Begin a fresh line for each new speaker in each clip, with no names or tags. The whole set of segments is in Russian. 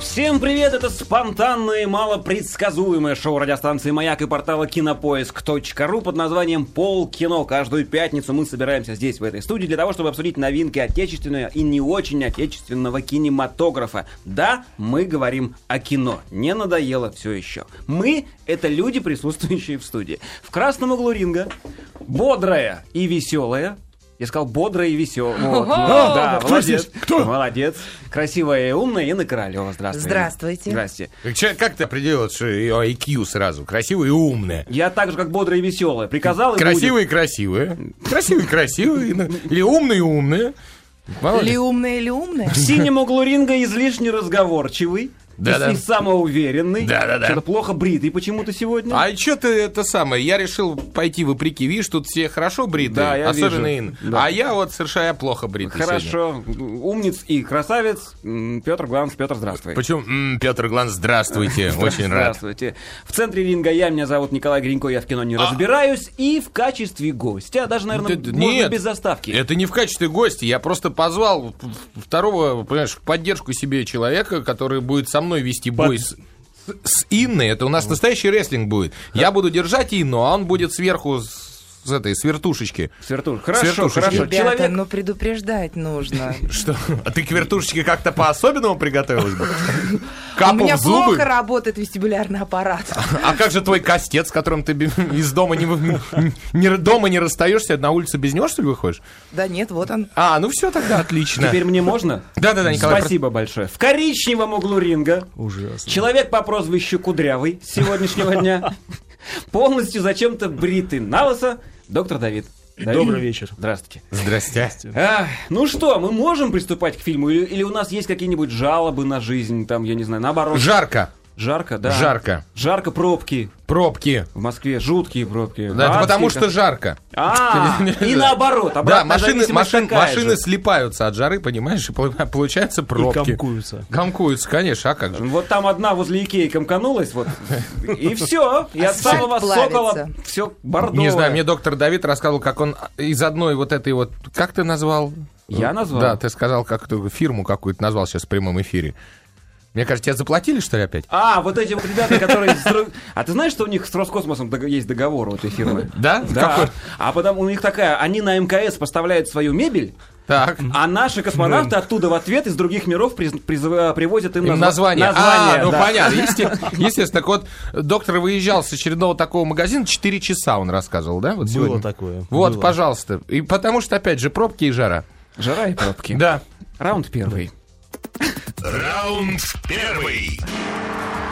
Всем привет! Это спонтанное и малопредсказуемое шоу радиостанции «Маяк» и портала «Кинопоиск.ру» под названием «Полкино». Каждую пятницу мы собираемся здесь, в этой студии, для того, чтобы обсудить новинки отечественного и не очень отечественного кинематографа. Да, мы говорим о кино. Не надоело все еще. Мы — это люди, присутствующие в студии. В красном углу ринга бодрая и веселая я сказал бодро и весело. Вот,
Ого!
ну, да,
Кто
молодец.
здесь? Кто?
Молодец. Красивая и умная Инна Королева. Здравствуйте.
Здравствуйте.
Здрасте.
Так че- Как ты определишь ее IQ сразу? Красивые и умные.
Я так же, как бодрая и веселая. Приказал и
Красивые и красивые. Красивые и красивые. Или умные и умные. Мало ли.
Ли умные, ли умные?
будет. В синем углу ринга излишне разговорчивый.
Да,
и,
да.
и самоуверенный.
Да-да-да.
Что-то плохо бритый почему-то сегодня.
А чё ты это самое? Я решил пойти вопреки. Видишь, тут все хорошо бритые,
Да, я вижу.
особенно Инна.
Да.
А я вот совершенно плохо бритый сегодня.
Хорошо. Умниц и красавец. Петр Гланс. Петр, здравствуй.
Почему? Петр Глан, здравствуйте. Очень рад.
Здравствуйте. В центре ринга я, меня зовут Николай Гринько, я в кино
А.
не разбираюсь. И в качестве гостя, даже, наверное,
Да,
можно
Ну, нет.
без заставки.
Это не в качестве гостя. Я просто позвал второго, понимаешь, в поддержку себе человека, который будет со мной вести бой с, с Инной. Это у нас настоящий рестлинг будет. Я буду держать Инну, а он будет сверху с, с этой, с вертушечки.
Свертуш. Хорошо,
Свертушечки.
хорошо.
Ребята,
Человек...
ну предупреждать нужно.
Что? А ты к вертушечке как-то по-особенному приготовилась бы?
У
Капал
меня
в зубы?
плохо работает вестибулярный аппарат.
А как же твой кастет, с которым ты бе- из дома не, вы- не- дома не расстаешься, на улицу без него, что ли, выходишь?
Да нет, вот он.
А, ну все тогда отлично.
Теперь мне можно?
Да-да-да, Николай,
Спасибо большое. В коричневом углу ринга Ужасно. человек по прозвищу Кудрявый с сегодняшнего дня полностью зачем-то бритый на лысо доктор Давид. Добрый вечер. Здравствуйте.
Здрасте.
Ах, ну что, мы можем приступать к фильму? Или, или у нас есть какие-нибудь жалобы на жизнь? Там, я не знаю, наоборот.
Жарко.
Жарко, да.
Жарко.
Жарко пробки
Пробки.
в Москве. Жуткие пробки.
Да, это
Адские
потому что
как-
жарко.
А, и наоборот.
Да,
обратная
машины,
зависимость
машин-
такая
машины
же.
слипаются от жары, понимаешь, и пол- получаются пробки.
комкуются.
Комкуются, конечно, а как же.
Вот там одна возле Икеи комканулась, вот, и все. И от
Асфальт
самого
плавится.
сокола все бордовое.
Не знаю, мне доктор Давид рассказывал, как он из одной вот этой вот... Как ты назвал?
Я назвал?
Да, ты сказал, как ты фирму какую-то назвал сейчас в прямом эфире. Мне кажется, тебя заплатили, что ли, опять?
А, вот эти вот ребята, которые... с друг- А ты знаешь, что у них с Роскосмосом дог- есть договор у этой фирмы?
Да?
Да.
Какой?
А потом у них такая, они на МКС поставляют свою мебель,
Так.
а наши космонавты оттуда в ответ из других миров приз- призыва- привозят им,
Ну. Им
назва-
название.
название,
А, ну
да.
понятно. Есте- Естественно. Так вот, доктор выезжал с очередного такого магазина, 4 часа он рассказывал, да? Вот
Было
сегодня?
такое.
Вот,
было.
пожалуйста. И потому что, опять же, пробки и жара.
Жара и пробки.
Да.
Раунд первый.
Раунд первый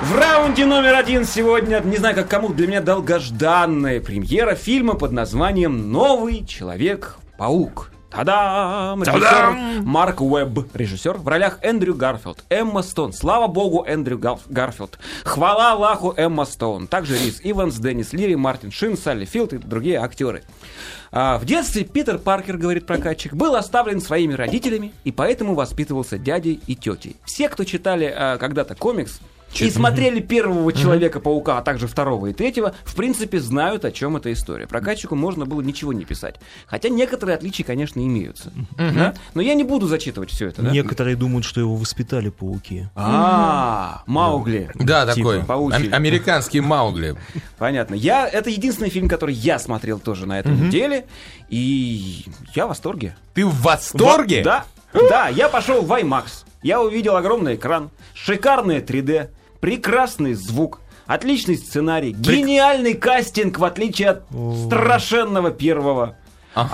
В раунде номер один сегодня, не знаю как кому, для меня долгожданная премьера фильма под названием «Новый Человек-паук». Та-дам! Режиссер Марк Уэбб, режиссер. В ролях Эндрю Гарфилд, Эмма Стоун. Слава богу, Эндрю Гал- Гарфилд. Хвала Аллаху, Эмма Стоун. Также Риз Иванс, Деннис Лири, Мартин Шин, Салли Филд и другие актеры. А, в детстве Питер Паркер, говорит прокатчик, был оставлен своими родителями и поэтому воспитывался дядей и тетей. Все, кто читали а, когда-то комикс, и смотрели первого Человека-паука, а также второго и третьего, в принципе, знают, о чем эта история. Прокатчику можно было ничего не писать. Хотя некоторые отличия, конечно, имеются. Да? Но я не буду зачитывать все это, да?
Некоторые думают, что его воспитали пауки.
А, Маугли.
Да,
Типа,
такой.
паучий.
Ам- Американский Маугли.
Понятно. Я, это единственный фильм, который я смотрел тоже на этой неделе. И я в восторге.
Ты в восторге?
Да, да, я пошел в IMAX. Я увидел огромный экран, шикарное 3D, прекрасный звук, отличный сценарий, гениальный кастинг, в отличие от страшенного первого.
Ага.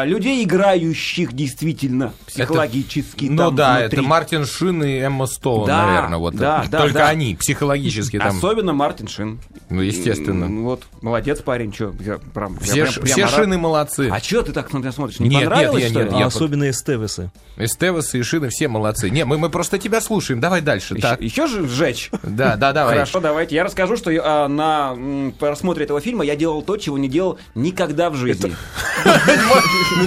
А, людей, играющих действительно психологически
Ну
там
да,
внутри.
это Мартин Шин и Эмма Стоун,
Да,
наверное. Вот.
да, да,
Только
да.
они психологически там.
Особенно Мартин Шин.
Ну, естественно.
М, Вот, молодец парень, что, я прям, я
Все,
прям-
ш-
прямо
все
рад.
шины молодцы.
А что ты так на меня смотришь? Не
Нет, нет,
понравилось,
я-
что
нет,
ли?
А
я
особенно эстевесы.
Эстевасы и шины все молодцы. Не, мы, мы просто тебя слушаем. Давай дальше.
Еще,
Так.
еще же сжечь.
Да, да, давай.
Хорошо, давайте. Я расскажу, что я, а, на м, просмотре этого фильма я делал то, чего не делал никогда в жизни.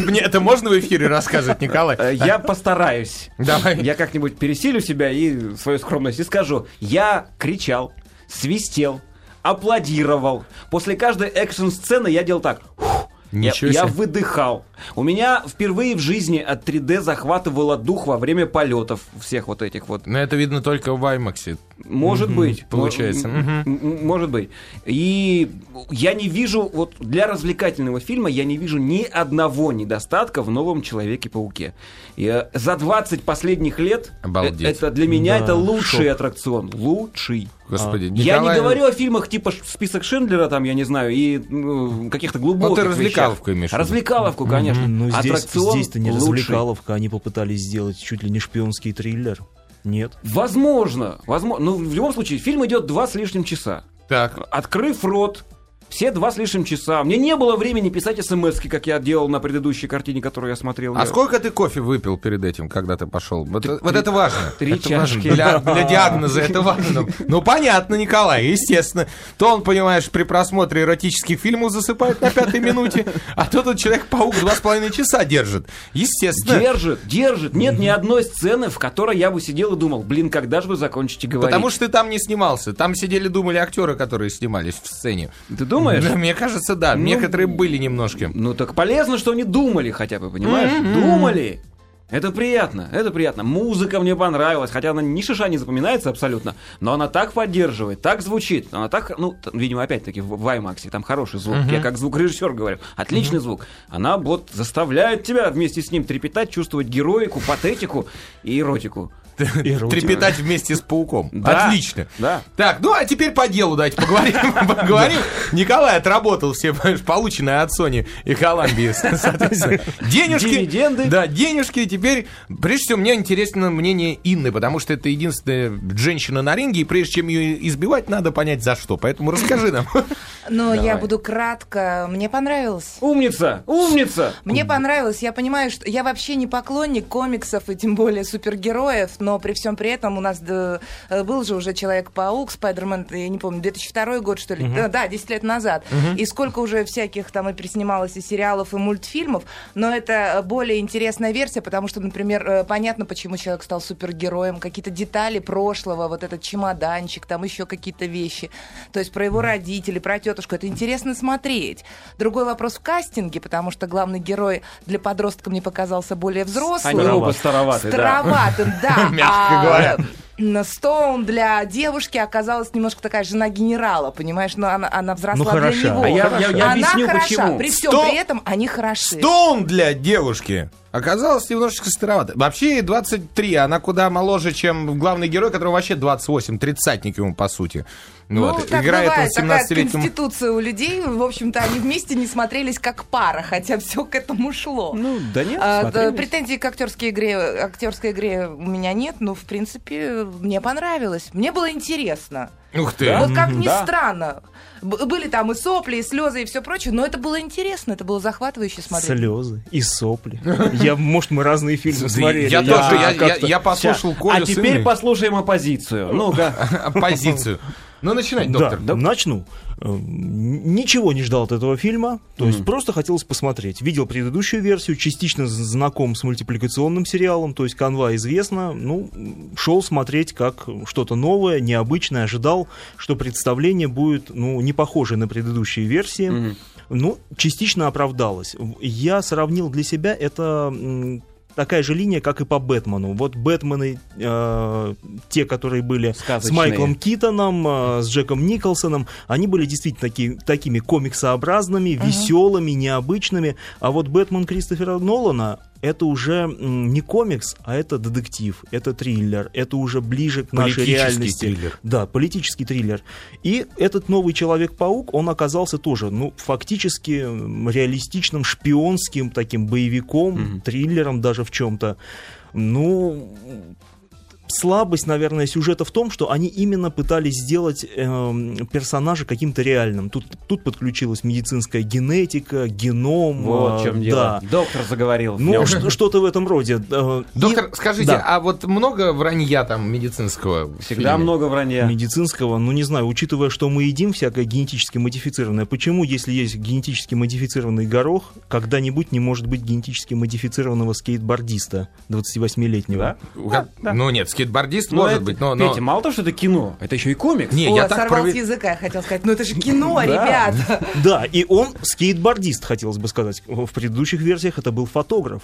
Мне это можно в эфире рассказывать, Николай?
Э, Я постараюсь.
Давай.
Я как-нибудь пересилю себя и свою скромность и скажу. Я кричал, свистел, аплодировал. После каждой экшн-сцены я делал так. «Ух». Я,
Ничего
я
себе.
выдыхал. У меня впервые в жизни от 3D захватывало дух во время полетов всех вот этих вот.
Но это видно только в Аймаксе.
Может
Мгм,
быть.
получается.
М- м- м- Может быть. И я не вижу, вот для развлекательного фильма я не вижу ни одного недостатка в новом Человеке-пауке. Я- за 20 последних лет э,
Обалдеть.
это для меня
Да,
это лучший
шок.
аттракцион. Лучший.
Господи,
А, Я не
Николай-
говорю о фильмах типа Ш- список Шиндлера, там, я не знаю, и ну, каких-то глубоких
Ну, ты
вещах.
развлекаловку имеешь в виду.
Развлекаловку, конечно.
Ну, здесь,
Аттракцион
здесь-то не
лучший.
развлекаловка, они попытались сделать чуть ли не шпионский триллер. Нет.
Возможно, возможно. Ну, в любом случае, фильм идет два с лишним часа.
Так,
Открыв рот, все два с лишним часа. Мне не было времени писать смс как я делал на предыдущей картине, которую я смотрел.
а
Я-
сколько ты кофе выпил перед этим, когда ты пошел? Вот, вот это важно.
Э, три
это важно.
чашки.
Для, для диагноза это важно. Ну, понятно, Николай, естественно. То он, понимаешь, при просмотре эротических фильмов засыпает на пятой минуте, а то тут Человек-паук два с половиной часа держит. Естественно.
Держит, держит. Нет ни одной сцены, в которой я бы сидел и думал, блин, когда же вы закончите говорить?
Потому что ты там не снимался. Там сидели, думали актеры, которые снимались в сцене.
Ты думаешь?
Да, Мне кажется, да.
Ну,
Некоторые были немножко.
Ну так полезно, что они думали хотя бы, понимаешь? Думали. Это приятно, это приятно. Музыка мне понравилась, хотя она ни шиша не запоминается абсолютно, но она так поддерживает, так звучит, она так, ну, т- видимо, опять-таки в в IMAX, там хороший звук, я как звукорежиссер говорю, отличный звук. Она вот заставляет тебя вместе с ним трепетать, чувствовать героику, патетику и эротику.
Эротика.
Трепетать вместе с пауком.
Да.
Отлично.
Да.
Так, ну а теперь по делу давайте поговорим. поговорим. Николай отработал все понимаешь, полученные от Sony и Колумбии, соответственно. Денежки.
Дивиденды.
Да, денежки. И Теперь, прежде всего, мне интересно мнение Инны, потому что это единственная женщина на ринге, и прежде чем ее избивать, надо понять за что. Поэтому расскажи нам.
Но я
Давай.
буду кратко. Мне понравилось.
Умница, умница!
Мне понравилось, я понимаю, что я вообще не поклонник комиксов и тем более супергероев, но при всем при этом у нас да, э, был же уже Человек-паук, Спайдермен, я не помню, 2002 год, что ли? Э, Да, 10 лет назад. И сколько уже всяких там и приснималось и сериалов, и мультфильмов, но это э, более интересная версия, потому что, например, э, понятно, почему человек стал супергероем, какие-то детали прошлого, вот этот чемоданчик, там еще какие-то вещи, то есть про его родителей, про тетушку, это интересно смотреть. Другой вопрос в кастинге, потому что главный герой для подростка мне показался более взрослым.
Они оба староваты, да.
Староватым, да.
Мягко
А,
говоря.
э, Стоун для девушки оказалась немножко такая жена генерала, понимаешь, но она, она взросла
хороша.
для него.
А я- я- я
она
объясню,
хороша,
почему.
при всем
Сто-
при этом они хороши.
Стоун для девушки оказалась немножечко старовато. Вообще ей 23, она куда моложе, чем главный герой, которому вообще 28, тридцатник ему, по сути.
Ну,
Вот.
так
Играет
бывает,
он
такая
17-летним...
конституция у людей. В общем-то, они вместе не смотрелись как пара, хотя все к этому шло.
Ну, да нет,
А, да,
смотрелись.
претензий к актерской игре, актерской игре у меня нет, но в принципе мне понравилось, мне было интересно.
Ух ты!
Да?
Вот как ни
Да.
странно, Б- были там и сопли, и слезы, и все прочее, но это было интересно, это было захватывающе смотреть.
Слезы и сопли. Я, может, мы разные фильмы
Да,
смотрели.
я тоже, я, я-
как-то-
я послушал
Ща.
Колю
а теперь
по...
послушаем оппозицию. Ну, Ну-ка.
позицию. Ну, начинай, доктор.
Да, начну. Эм, Ничего не ждал от этого фильма, то есть просто хотелось посмотреть. Видел предыдущую версию, частично з- знаком с мультипликационным сериалом, то есть канва известна. Ну, м, шел смотреть как что-то новое, необычное, ожидал, что представление будет, ну, не похоже на предыдущие версии. Ну, частично оправдалось. В- Я сравнил для себя это м, такая же линия, как и по Бэтмену. Вот Бэтмены, э, те, которые были с
Сказочные.
Майклом Китоном, э, с Джеком Николсоном, они были действительно таки- такими комиксообразными, веселыми, необычными. А вот Бэтмен Кристофера Нолана это уже м, не комикс, а это детектив, это триллер, это уже ближе к нашей
Политический
реальности.
триллер.
Да, политический триллер. И этот новый Человек-паук, он оказался тоже, ну, фактически м, реалистичным, шпионским таким боевиком, триллером даже в чем-то. Ну, слабость, наверное, сюжета в том, что они именно пытались сделать эм, персонажа каким-то реальным. Тут, тут подключилась медицинская генетика, геном.
А,
Вот в
э,
чем дело.
да.
Доктор заговорил. в
Ну,
нем.
ш- что-то в этом роде. Э, и-
Доктор, скажите,
Да.
а вот много вранья там медицинского? в
Всегда
фильме?
много вранья.
медицинского, ну не знаю, учитывая, что мы едим всякое генетически модифицированное, почему, если есть генетически модифицированный горох, когда-нибудь не может быть генетически модифицированного скейтбордиста 28-летнего?
Да?
Ну нет, скейтбордист,
Ну,
может
это-
быть, но... но-
Петя, мало того, что это кино, это еще и комикс.
Не,
О,
я так
сорвал
прове-
с языка, я хотел сказать. Ну это же кино, ребята.
Да, и он скейтбордист, хотелось бы сказать. В предыдущих версиях это был фотограф.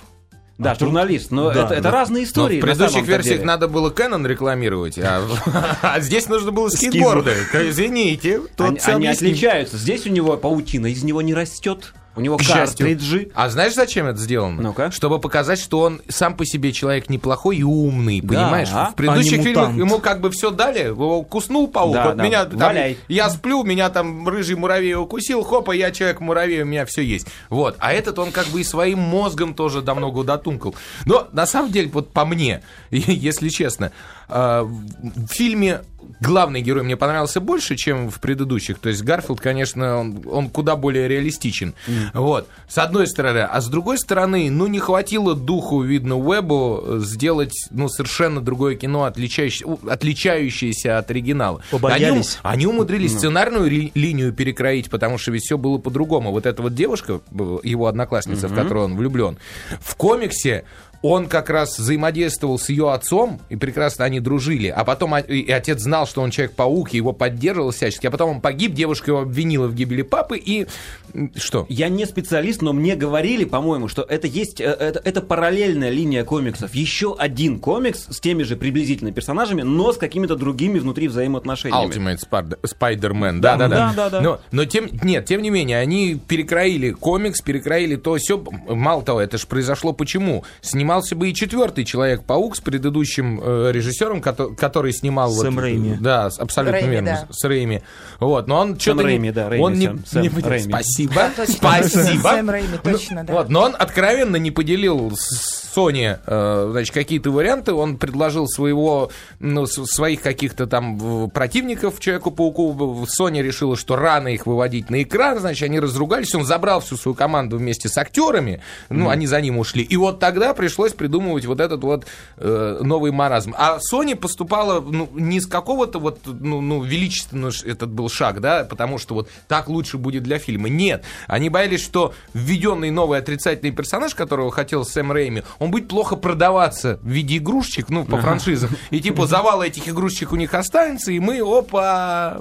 а
Да, журналист, но
Да,
это, это
да.
разные
Но
истории.
в
на
предыдущих
самом-то
версиях
деле.
надо было Canon рекламировать, а, а здесь нужно было скейтборды. Извините, тот
Они,
сам
они
не с ним.
отличаются. Здесь у него паутина, из него не растет. У него
К счастью.
картриджи.
А знаешь, зачем это сделано?
Ну-ка.
Чтобы показать, что он сам по себе человек неплохой и умный, понимаешь?
а
В предыдущих
не
фильмах
мутант.
ему как бы все дали, его куснул паук,
Да,
вот
да,
меня там-
валяй.
я сплю, меня там рыжий муравей укусил, хоп, а я человек муравей, у меня все есть. Вот. А этот он как бы и своим мозгом тоже давно гудатункал. Но на самом деле, вот по мне, если честно, э, в в фильме главный герой мне понравился больше, чем в предыдущих. То есть Гарфилд, конечно, он, он куда более реалистичен. Вот. С одной стороны. А с другой стороны, ну, не хватило духу, видно, Уэбу э, сделать, ну, совершенно другое кино, отличающее, у- отличающееся от оригинала.
Побоялись.
Они ум- они умудрились сценарную ри- линию перекроить, потому что ведь все было по-другому. Вот эта вот девушка, б- его одноклассница, в которую он влюблен, в комиксе он как раз взаимодействовал с ее отцом, и прекрасно они дружили. А потом о- и отец знал, что он человек-паук, и его поддерживал всячески. А потом он погиб, девушка его обвинила в гибели папы, и м, что?
Я не специалист, но мне говорили, по-моему, что это есть, э, это, это параллельная линия комиксов. Еще один комикс с теми же приблизительно персонажами, но с какими-то другими внутри взаимоотношениями.
Ultimate Spar- Spider-Man, да, да, да.
да, да, да.
Но, но тем, нет, тем не менее, они перекроили комикс, перекроили то все. Мало того, это же произошло почему? Снимался бы и четвертый Человек-паук с предыдущим э, режиссером, кото- который снимал...
Сэм Рэйми.
Да, с- абсолютно
Рэйми,
верно,
да.
с Рэйми. Вот, но он что-то...
Рэйми, да, Рэйми,
он не,
Сэм- Сэм
не поделил.
Рэйми.
Спасибо,
точно.
спасибо. Ну,
Сэм Рэйми, точно, да.
Вот, но он откровенно не поделил с Sony, э, значит, какие-то варианты. Он предложил своего, ну, с- своих каких-то там в- противников Человеку-пауку. В- Sony решила, что рано их выводить на экран, значит, они разругались. Он забрал всю свою команду вместе с актерами, ну, они за ним ушли. И вот тогда пришлось придумывать вот этот вот э, новый маразм. А Sony поступала ну, не с какого-то вот, ну, ну, величественного ш- этот был шаг, да, потому что вот так лучше будет для фильма. Нет, они боялись, что введенный новый отрицательный персонаж, которого хотел Сэм Рэйми, он будет плохо продаваться в виде игрушечек, ну, по франшизам. И типа завал этих игрушечек у них останется, и мы, опа,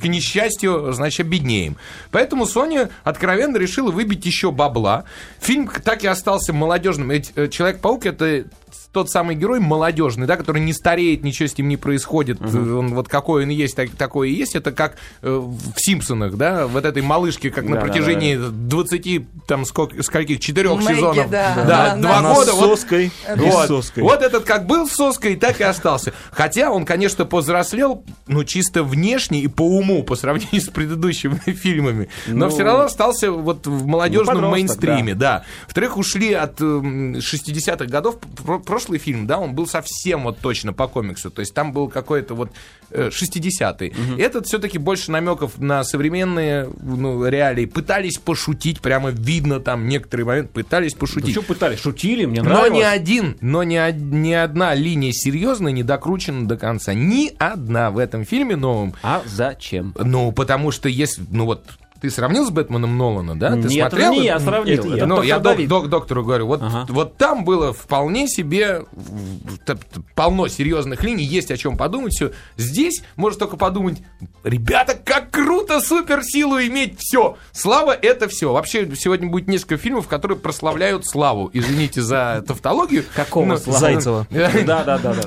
к несчастью, значит, беднеем. Поэтому Sony откровенно решила выбить еще бабла. Фильм так и остался молодежным. Ведь э, Человек-паук это тот самый герой молодежный, да, который не стареет, ничего с ним не происходит. Э, Он вот какой он есть, так, такой и есть. Это как э, в Симпсонах, да, вот этой малышке, как на
Да-да-да.
протяжении 20, там, сколько, скольких, четырех
Мэгги,
сезонов.
да.
Да,
Да,
два
Она
года.
с
вот-
соской и с
Э, вот.
соской.
Вот этот как был соской, так и остался. Хотя он, конечно, повзрослел, ну, чисто внешне и по уму, по сравнению с предыдущими фильмами. Но
Ну,
все равно остался вот в молодежном
ну, подросток,
мейнстриме, да. Во-вторых, ушли от эм, 60-х годов. Пр- Прошлый фильм, да, он был совсем вот точно по комиксу. То есть там был какой-то вот э, 60-й. Этот все-таки больше намеков на современные ну, реалии. Пытались пошутить, прямо видно там некоторые моменты, пытались
Да
пошутить.
что Ну, пытались? Шутили, мне
Но
нравилось.
ни один, но ни, од- ни одна линия серьезная не докручена до конца. Ни одна в этом фильме новом.
А зачем?
Ну, потому что если, ну вот, ты сравнил с Бэтменом Нолана, да? Ты
Нет,
смотрел?
это не я
Ну,
сравнил.
это я.
Это
ну,
доктор
я док-
Давид.
док- доктору говорю, вот,
Ага.
вот там было вполне себе в- т- т- полно серьезных линий, есть о чем подумать. Все. Здесь можно только подумать, ребята, как круто суперсилу иметь все. Слава это все. Вообще сегодня будет несколько фильмов, которые прославляют славу. Извините за тавтологию.
Какого
Но-
славу?
Зайцева.
Да, да, да, да. да.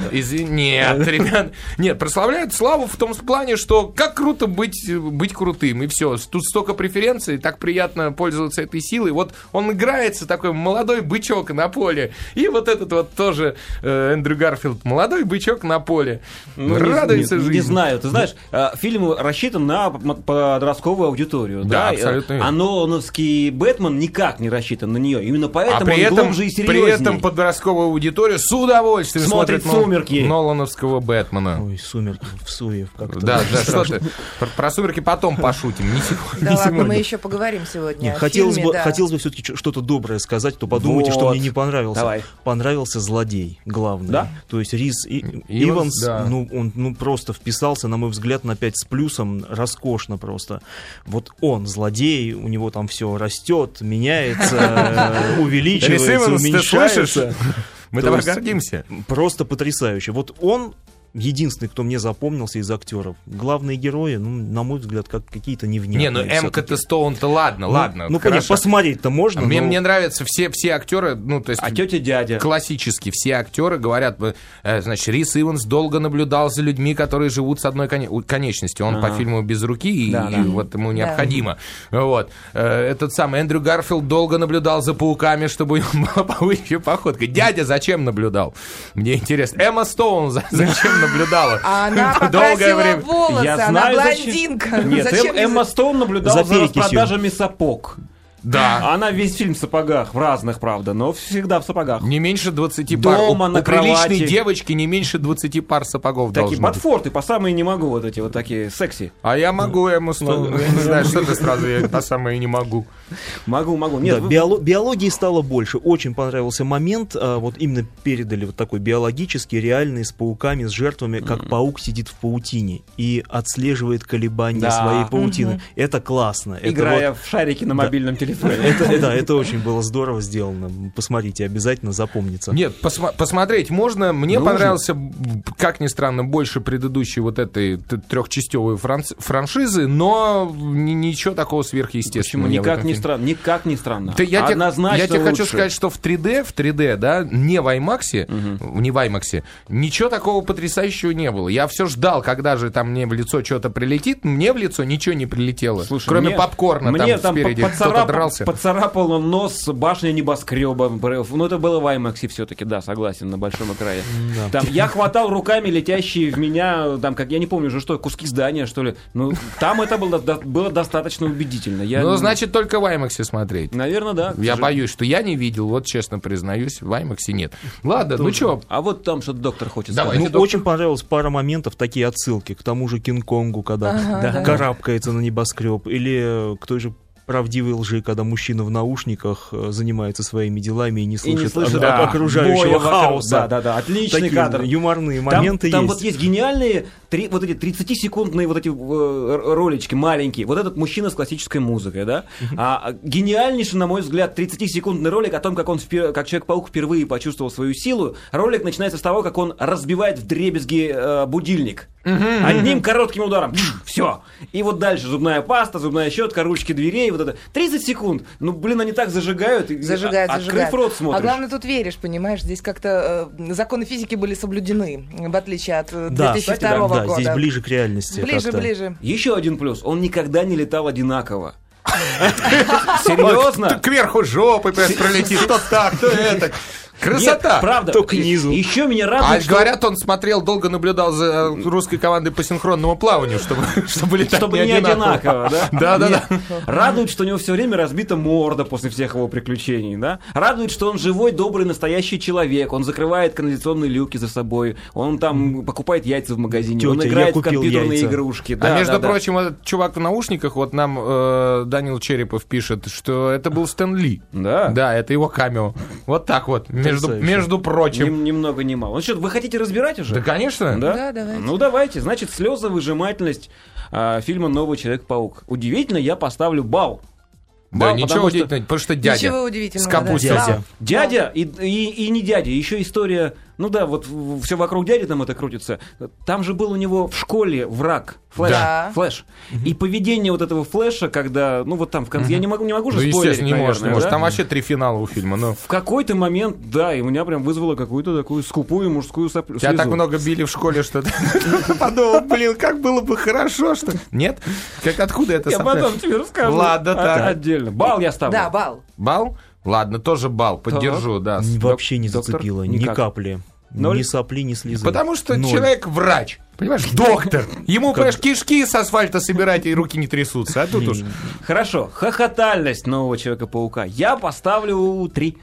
Извини, нет, ребят. Нет, прославляют славу в том плане, что как круто быть, э, быть крутым, и все. Тут столько преференций, так приятно пользоваться этой силой. Вот он играется, такой молодой бычок на поле. И вот этот вот тоже э, Эндрю Гарфилд, молодой бычок на поле.
Ну, не-
Радуется
не, не
жизни.
знаю, ты знаешь, э, фильм рассчитан на п- м- подростковую аудиторию.
Да,
Да, И, э,
абсолютно верно.
А Нолановский Бэтмен никак не рассчитан на нее. Именно поэтому
А при
он
этом,
глубже и
при этом
серьезней.
подростковую аудиторию с удовольствием
Смотрит
смотрит, Нол-
«Сумерки».
Нолановского Бэтмена.
Ой, сумерки, в Суев как-то.
Да, да, что ты? Про, про сумерки потом пошутим, не сегодня.
Да
не
ладно, мы
сегодня.
еще поговорим сегодня.
Не,
о
хотелось,
фильме,
бы,
да.
хотелось бы все-таки что-то доброе сказать, то подумайте, что
Вот.
мне не понравился.
Давай.
Понравился злодей, главный.
Да?
То есть Рис и,
Иванс,
Иванс,
да.
ну, он ну, просто вписался, на мой взгляд, на 5 с плюсом, роскошно просто. Вот он злодей, у него там все растет, меняется, э,
Рис
увеличивается,
Иванс, ты
уменьшается.
слышишь? Мы
То
тобой
есть-
гордимся.
Просто потрясающе. Вот он единственный, кто мне запомнился из актеров. Главные герои, ну, на мой взгляд, как какие-то невнятные.
Не, ну
всё-таки.
МКТ Стоун-то ладно,
Ну,
ладно.
Ну,
хорошо.
конечно, ну. посмотреть-то
А
можно,
Мне,
но-
мне нравятся все, все актеры, ну, то есть...
А тетя дядя.
Классически все актеры говорят, э, значит, Рис Иванс долго наблюдал за людьми, которые живут с одной коне- у- конечностью. Он
Ага.
по фильму без руки, и,
Да,
и
да.
вот ему необходимо. Вот. Э, Этот самый Эндрю Гарфилд долго наблюдал за пауками, чтобы у него была повыше походка. Дядя зачем наблюдал? Мне интересно. Эмма Стоун за- зачем наблюдала?
А Она
Долгое
покрасила
время.
волосы,
Я
она
знаю, зачем-
блондинка.
Нет,
Зачем
Эм-
ей
Эмма Стоун наблюдала
За
за
перекисью.
распродажами сапог.
Да.
Она весь фильм в сапогах, в разных, правда, но всегда в сапогах.
Не меньше 20
Дома
пар. У-
на
у приличной
кровати.
девочки не меньше 20 пар сапогов
Такие
должно быть.
ботфорты, по самые не могу, вот эти вот такие секси.
А я могу ему стол. Я не знаю, что ты сразу, я по самое не могу.
Могу, могу.
Да,
Нет, вы-
биоло- биологии стало больше. Очень понравился момент. а, вот именно передали вот такой биологический, реальный, с пауками, с жертвами, как паук сидит в паутине и отслеживает колебания
Да.
своей паутины. Это классно. Это
играя
вот-
в шарики на мобильном телефоне.
это, да, это очень было здорово сделано. Посмотрите, обязательно запомнится.
Нет, посма- посмотреть можно. Мне
Нужно.
понравился, б- как ни странно, больше предыдущей вот этой т- трехчастевой франц- франшизы, но ни- ничего такого
Почему?
сверхъестественного. не
Никак не странно. Никак не странно.
Да я
Однозначно
тебе, я тебе хочу
лучше.
сказать, что в 3D, в 3D, да, не в IMAX, не в IMAX, ничего такого потрясающего не было. Я все ждал, когда же там мне в лицо что-то прилетит. Мне в лицо ничего не прилетело.
Слушай,
кроме
мне-
попкорна
мне
там
там,
спереди
по-
кто-то
поцарапал,
дрался.
поцарапал он нос башня небоскреба. Ну, это было в IMAX все-таки, да, согласен, на большом экране. Там, я хватал руками летящие в меня, там, как я не помню уже что, куски здания, что ли. Ну, там это было, до- было достаточно убедительно. Я,
Ну, значит, только в IMAX смотреть.
Наверное, да. к
Я
сожалению.
боюсь, что я не видел, вот честно признаюсь, в IMAX нет. Ладно, ну что,
А вот там что-то доктор хочет
Давай.
сказать.
Ну,
доктор-
очень понравилась пара моментов, такие отсылки к тому же Кинг-Конгу, когда
Ага, да.
карабкается на небоскреб, или э, к той же правдивой лжи, когда мужчина в наушниках э, занимается своими делами и не
И
Ну,
слышит,
не слышит
от-
да,
от окружающего
боя вокруг.
хаоса.
Да, да, да. Отличный
Такие
кадр.
юморные
Там-
моменты
там,
есть.
вот есть гениальные три, вот эти 30-секундные вот эти э, р- ролички маленькие. Вот этот мужчина с классической музыкой, да? А, а, гениальнейший, на мой взгляд, 30-секундный ролик о том, как он впер- как Человек-паук впервые почувствовал свою силу. Ролик начинается с того, как он разбивает в дребезги э, будильник. Одним коротким ударом. Все. И вот дальше зубная паста, зубная щетка, ручки дверей, вот это. 30 секунд. Ну, блин, они так зажигают. и-
Зажигает,
а-
зажигает.
Открыв рот смотришь.
А главное, тут веришь, понимаешь, здесь как-то э, законы физики были соблюдены, в отличие от э, 2002
да, кстати, да, да,
года.
здесь ближе к реальности.
Ближе,
как-то.
ближе.
Еще один плюс. Он никогда не летал одинаково. Серьезно?
кверху жопы прям пролетит, то так, то это.
Нет,
Красота!
правда.
То к низу.
Еще меня
А
радует, что-
говорят, он смотрел, долго наблюдал за э, русской командой по синхронному плаванию, чтобы, чтобы летать
чтобы
не одинаково.
да?
Да, да, да.
Нет. Радует, что у него все время разбита морда после всех его приключений, да? Радует, что он живой, добрый, настоящий человек. Он закрывает канализационные люки за собой. Он там покупает яйца в магазине. он
Тётя, я
играет в
купил
компьютерные
яйца.
игрушки.
А
Да,
между
да, да.
прочим, этот чувак в наушниках, вот нам э, Данил Черепов пишет, что это был Стэн Ли.
Да.
Да, это его камео. Вот так вот, между,
Потрясающе.
между прочим.
Ни, ни много, ни мало. Ну что, вы хотите разбирать уже?
Да, конечно.
Да?
Да, давайте.
Ну давайте. Значит, слезовыжимательность а, фильма Новый Человек-паук. Удивительно, я поставлю балл.
Да,
Бал,
ничего
потому что-
удивительного, потому что дядя.
Ничего удивительного.
С капустой.
да.
Дядя.
Дядя и, и, и не дядя, еще история, ну да, вот все вокруг дяди там это крутится. Там же был у него в школе враг, Флэш.
Да.
Флэш. И поведение вот этого Флэша, когда, ну вот там в конце, я не могу, не могу же
Ну,
спойлерить,
естественно, не может, не
наверное,
может.
да?
Там вообще три финала у фильма. Ну.
В какой-то момент, да, и у меня прям вызвало какую-то такую скупую мужскую соплю.
Тебя
слезу.
так много били в школе, что ты подумал, блин, как было бы хорошо, что... Нет? Как откуда это?
Я
сообщение?
потом тебе расскажу.
Ладно,
От-
так.
Отдельно. Бал я ставлю.
Да, бал.
Бал? Ладно, тоже бал, поддержу, да.
Н- Вообще не
доктор?
зацепило, ни
Никак.
капли.
Ноль?
Ни сопли, ни слезы.
Потому что
Ноль.
человек врач, понимаешь, доктор. Ему, понимаешь, кишки с асфальта собирать, и руки не трясутся. А тут уж...
Хорошо. Хохотальность нового Человека-паука. Я поставлю три.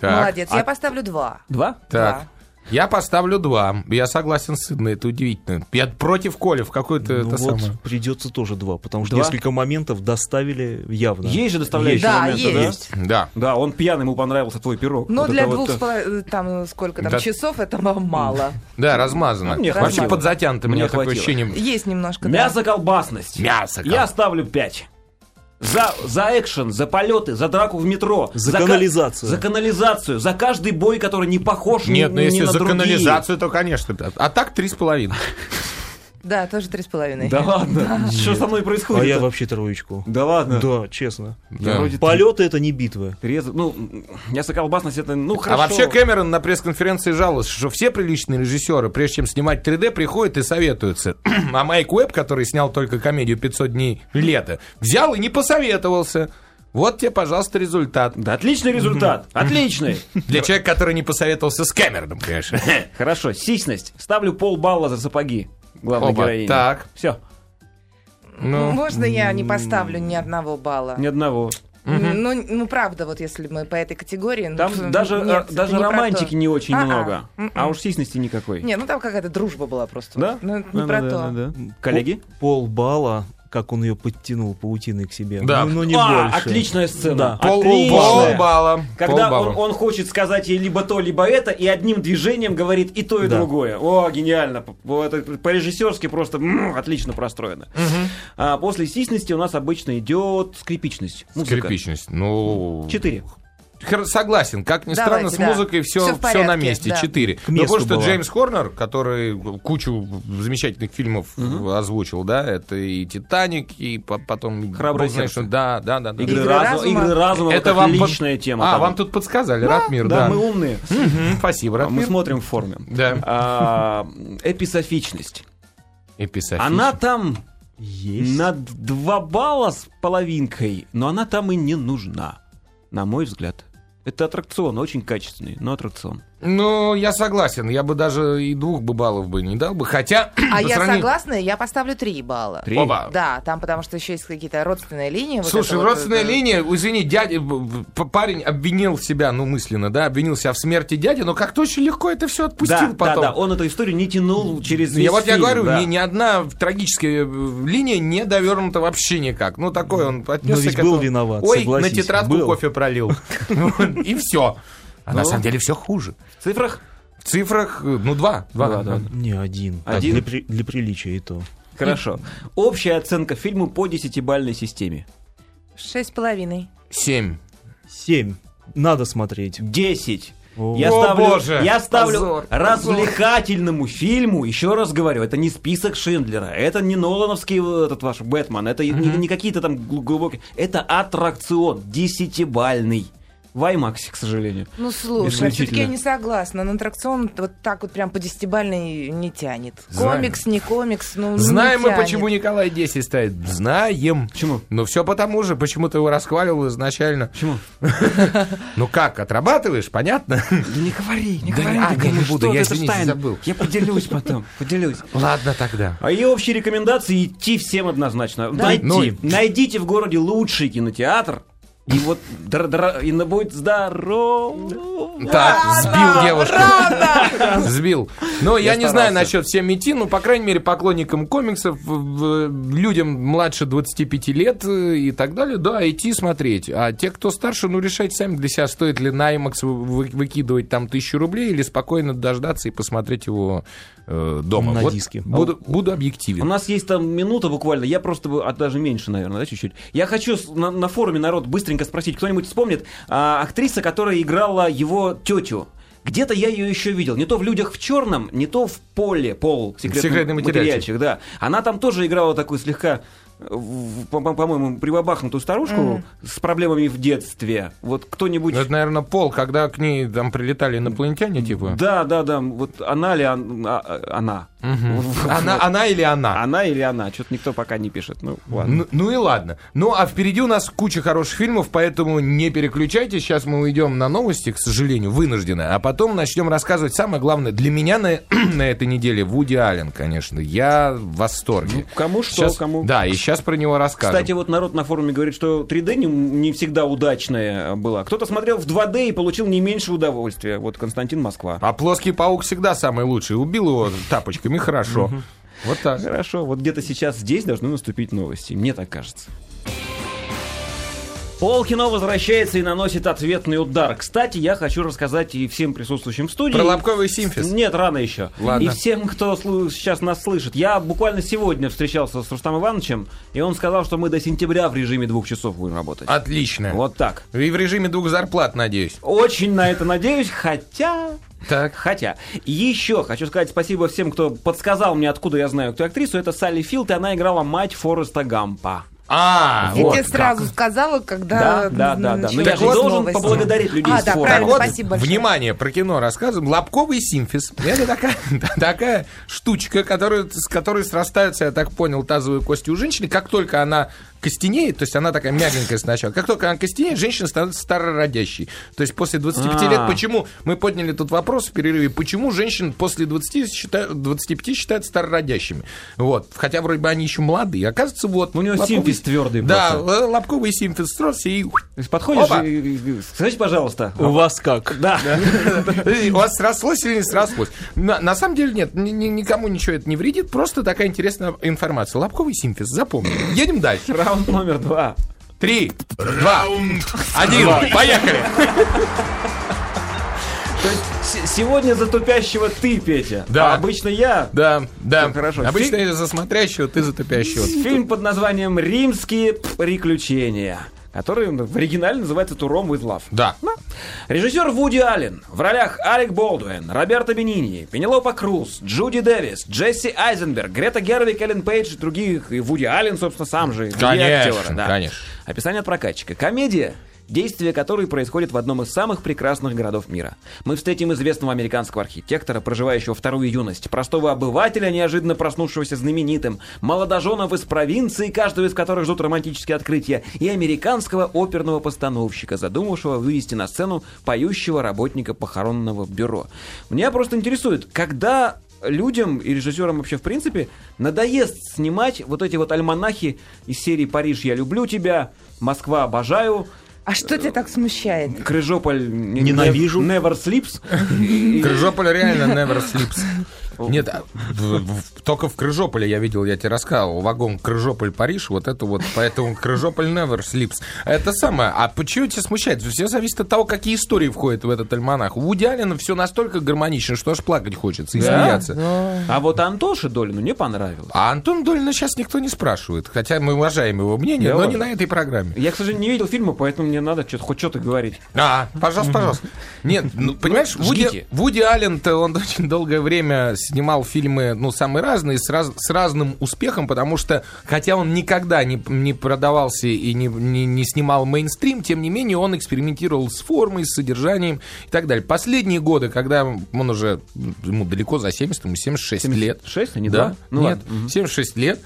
Так,
Молодец.
А-
Я поставлю два.
Два?
так.
Два.
Я поставлю два. Я согласен с Инной, это удивительно. Я против Коли в какой-то
Ну
это
вот
самое.
придется тоже два, потому что
Два?
несколько моментов доставили явно.
Есть же доставляющие
Да,
моменты,
есть.
Да.
Да, он пьяный, ему понравился твой пирог.
Но
Вот
Ну,
э,
для
это
двух
вот,
с половиной, там, э, сколько там,
Да.
часов этого мало.
Да, размазано.
Ну, мне
Вообще
хватило.
подзатянуто, у меня
Мне
такое
хватило.
ощущение.
Есть немножко, да.
Мясо колбасность.
Мясо.
Я ставлю 5. За, за экшен, за полеты, за драку в метро.
За
ка-
канализацию.
за канализацию, за каждый бой, который не похож ни-
Нет, ну
ни
если
на
за
другие.
канализацию, то, конечно. да. А так три с половиной.
Да, тоже три с половиной.
Да ладно, что со мной происходит?
А я вообще троечку.
Да ладно.
Да, честно.
Я
Да.
вроде
Полеты это не битвы.
трезв- Ну, м, мясо колбасность это, ну,
А
хорошо.
вообще Кэмерон на пресс-конференции жаловался, что все приличные режиссеры, прежде чем снимать 3D, приходят и советуются. А Майк Уэбб, который снял только комедию «500 дней лета», взял и не посоветовался. Вот тебе, пожалуйста, результат.
Да, отличный результат. Отличный.
Для человека, который не посоветовался с Кэмероном, конечно.
Хорошо, сисность. Ставлю полбалла за сапоги. Главной
Оба,
героине.
так.
Все,
Ну,
Можно я не поставлю ни одного балла?
ни одного.
Ну, ну, правда, вот если мы по этой категории... ну,
Там
ф-
даже,
нет,
э,
это
даже
не про
романтики
то.
не очень
А-а.
много.
М-м.
А уж сисности никакой.
Не, ну там какая-то дружба была просто.
Да?
Ну, это
Да,
не про
да,
то.
да, да. Коллеги?
Пол балла, как он ее подтянул паутиной к себе.
Да.
Ну, ну, не
а,
больше.
отличная сцена.
Да.
пол,
Отличная.
полбалла.
Когда
Полбалла.
он, он хочет сказать ей либо то, либо это, и одним движением говорит и то, и
Да.
другое. О, гениально. П- п- это По-режиссерски просто м, отлично простроено. А после сисности у нас обычно идет скрипичность. Музыка.
Скрипичность. Ну,
Четыре.
Хер- согласен. Как ни
Давайте,
странно, с
да.
музыкой
Всё
все,
в
все на
порядке,
месте.
да.
Четыре. Ну,
месту
потому что
было.
Джеймс Хорнер, который кучу замечательных фильмов э, озвучил, да, это и «Титаник», и по- потом...
«Храброе
бог знает
сердце».
что. Да, да, да. да.
Игры,
Игры
разума.
разума.
Игры разума. Это
вам под-
личная тема.
А,
там.
вам тут подсказали, Ратмир,
Да,
да.
мы умные.
Мгм, Спасибо,
А Мы
Ратмир.
смотрим в форме.
Да.
А, эписофичность.
Эписофичность.
Она там
Есть.
на 2 балла с половинкой, но она там и не нужна, на мой взгляд. Это аттракцион, очень качественный, но аттракцион.
Ну, я согласен. Я бы даже и двух бы баллов бы не дал бы. Хотя...
А
по
я
сравнению-
согласна, я поставлю три балла.
Три.
Оба.
Да, там потому что еще есть какие-то родственные линии. вот
Слушай,
это вот,
родственная
э,
линия, извини, дядя, б- б- п- парень обвинил себя, ну, мысленно, да, обвинил себя в смерти дяди, но как-то очень легко это все отпустил
да,
потом. Ну,
да, да, он эту историю не тянул через весь
Я вот я
фильм,
говорю,
да.
ни, ни одна трагическая э, линия не довернута вообще никак. Ну, такой он отнесся
ведь
к
был
этому.
виноват,
Ой, на
согласись,
тетрадку
был.
кофе пролил. И все. А на
Ну.
самом деле все хуже.
В цифрах?
В цифрах, э, ну, два.
Два, да.
Два.
Не один. Так,
Один?
Для, при- для приличия и то.
Хорошо. Общая оценка фильму по десятибальной системе.
Шесть с половиной.
Семь.
Семь. Надо смотреть.
10.
О.
Я
О,
ставлю,
боже.
я ставлю
Позор, позор.
развлекательному фильму, еще раз говорю, это не список Шиндлера, это не Нолановский э, этот ваш Бэтмен, это и- не, не какие-то там гл- глубокие, это аттракцион десятибальный. В IMAX, к сожалению.
Ну, слушай, все-таки
Исключительно.
я не согласна. На аттракцион вот так вот прям по десятибальной не тянет.
Знаем.
Комикс, не комикс, ну, ну,
Знаем
не
мы,
тянет.
почему Николай 10 ставит. Знаем.
Почему?
Ну, все потому же, почему ты его расхваливал изначально.
Почему?
Ну как, отрабатываешь, понятно?
Да не говори, не
Да
говори.
не- а,
ты
я
думаешь,
не
что
буду, я,
ты, это ж
извините,
тайна.
забыл.
Я поделюсь потом, поделюсь.
Ладно тогда.
А и общие рекомендации идти всем однозначно. Найти.
Ну и-
Найдите в городе лучший кинотеатр. И вот дра- дра- и на будет здорово.
Так, сбил девушку. Сбил. Но я,
Я
не знаю
старался.
насчет всем идти, но, по крайней мере, поклонникам комиксов, в- в- людям младше 25 лет э, и так далее, да, идти смотреть. А те, кто старше, ну, решайте сами для себя, стоит ли на IMAX вы- вы- выкидывать там тысячу рублей или спокойно дождаться и посмотреть его э, дома.
На
Вот
диске.
Буду, буду
У
объективен.
нас есть там минута буквально, я просто, бы- а даже меньше, наверное, да, чуть-чуть. Я хочу с- на, на форуме народ быстренько спросить, кто-нибудь вспомнит, а, актриса, которая играла его тетю. Где-то я ее еще видел. Не то в «Людях в черном», не то в «Поле», «Пол», секретный,
Секретный материальчик.
материальчик, да. Она там тоже играла такую слегка, э, в- по- по- по-моему, прибабахнутую старушку с проблемами в детстве. Вот кто-нибудь...
Это, наверное, пол, когда к ней там прилетали инопланетяне, типа.
Да, да, да, вот она ли он- а- а- она?
Мгм. Она, она или она?
Она или она? Что-то никто пока не пишет. Ну, ладно.
Ну, ну и ладно. Ну а впереди у нас куча хороших фильмов, поэтому не переключайтесь. Сейчас мы уйдем на новости, к сожалению, вынуждены. А потом начнем рассказывать самое главное. Для меня на, на этой неделе Вуди Аллен, конечно. Я в восторге.
Кому Ну, что,
Ну, Щас-
кому...
Да, и сейчас про него расскажем.
Кстати, вот народ на форуме говорит, что 3D не, не всегда удачная была. Кто-то смотрел в 2D и получил не меньше удовольствия. Вот Константин Москва.
А плоский паук всегда самый лучший. Убил его тапочками, хорошо. Вот так.
Хорошо, вот где-то сейчас здесь должны наступить новости, мне так кажется. Полкино возвращается и наносит ответный удар. Кстати, я хочу рассказать и всем присутствующим в студии.
Про лобковый симфиз.
Нет, рано еще.
Ладно.
И всем, кто слу- сейчас нас слышит. Я буквально сегодня встречался с Рустам Ивановичем, и он сказал, что мы до сентября в режиме двух часов будем работать.
А, Отлично.
Вот так.
И в режиме двух зарплат, надеюсь.
Очень на это надеюсь, хотя...
Так.
Хотя, еще хочу сказать спасибо всем, кто подсказал мне, откуда я знаю эту актрису. Это Салли Филд, и она играла мать Фореста Гампа.
А,
Я
вот
тебе
как.
сразу сказала,
Да, да,
когда
да, да.
началась
Ну, я же
новость.
должен поблагодарить людей
А,
с
да,
форума.
Так
правильно,
вот,
спасибо большое.
внимание, про кино рассказываем. Лобковый симфиз. Это такая, такая штучка, которая, с которой срастаются, я так понял, тазовые кости у женщины. Как только она костенеет, то есть она такая мягенькая сначала. Как только она костенеет, женщина становится старородящей. То есть после 25 лет,
А.
почему мы подняли тут вопрос в перерыве, почему женщин после 20 считают, 25 считают старородящими? Вот. Хотя вроде бы они еще молодые. Оказывается, вот.
Ну, У неё
лобковый-
симфиз твёрдый
Да,
просто.
л- лобковый симфиз сросся и...
То есть подходишь
Опа.
и- и- и- скажите, пожалуйста.
У вас как?
Да.
Подожди, У вас срослось или не срослось? На, на самом деле нет, ни- ни- никому ничего это не вредит, просто такая интересная информация. Лобковый симфиз, запомни. Едем дальше.
Раунд номер два.
Три, два, один, поехали.
То есть с- сегодня затупящего ты, Петя.
Да.
А обычно я.
Да, да.
Ну, хорошо.
Обычно я за смотрящего, ты за топящего.
Фильм под названием «Римские приключения», который в оригинале называется «Туром из лав».
Да.
Режиссер Вуди Аллен, в ролях Алек Болдуин, Роберто Бенини, Пенелопа Круз, Джуди Дэвис, Джесси Айзенберг, Грета Гервик, Эллен Пейдж и других, и Вуди Аллен, собственно, сам же, и другие
Конечно,
актеры, да.
конечно.
Описание от прокатчика. Комедия, действие которой происходит в одном из самых прекрасных городов мира. Мы встретим известного американского архитектора, проживающего вторую юность, простого обывателя, неожиданно проснувшегося знаменитым, молодоженов из провинции, каждого из которых ждут романтические открытия, и американского оперного постановщика, задумавшего вывести на сцену поющего работника похоронного бюро. Меня просто интересует, когда людям и режиссерам вообще в принципе надоест снимать вот эти вот альманахи из серии «Париж, я люблю тебя», «Москва, обожаю»,
А что тебя так смущает?
«Крыжополь, не-
Ненавижу.
не- Never Sleeps». И-
Крыжополь реально never sleeps. Нет, а, в- в- только в Крыжополе я видел, я тебе рассказывал, вагон Крыжополь-Париж, вот это вот, поэтому Крыжополь never sleeps. Это самое. А почему тебя смущает? Все зависит от того, какие истории входят в этот альманах. У Вуди Аллена все настолько гармонично, что аж плакать хочется и смеяться.
А вот Антоше Долину не понравилось.
А Антон Долина сейчас никто не спрашивает, хотя мы уважаем его мнение,
Я
но не
уважаю.
на этой программе.
Я, к сожалению, не видел фильма, поэтому мне надо что-то, хоть что-то говорить.
А, пожалуйста, пожалуйста. Нет, ну, понимаешь, Вуди,
жгите.
Вуди Аллен-то, он очень долгое время снимал фильмы, ну, самые разные, с, раз- с разным успехом, потому что, хотя он никогда не, не продавался и не, не- не снимал мейнстрим, тем не менее он экспериментировал с формой, с содержанием и так далее. Последние годы, когда он уже, ему далеко за 70, ему 76 лет.
76, а не
да?
два? Ну
Нет,
ладно. Мгм.
76 лет.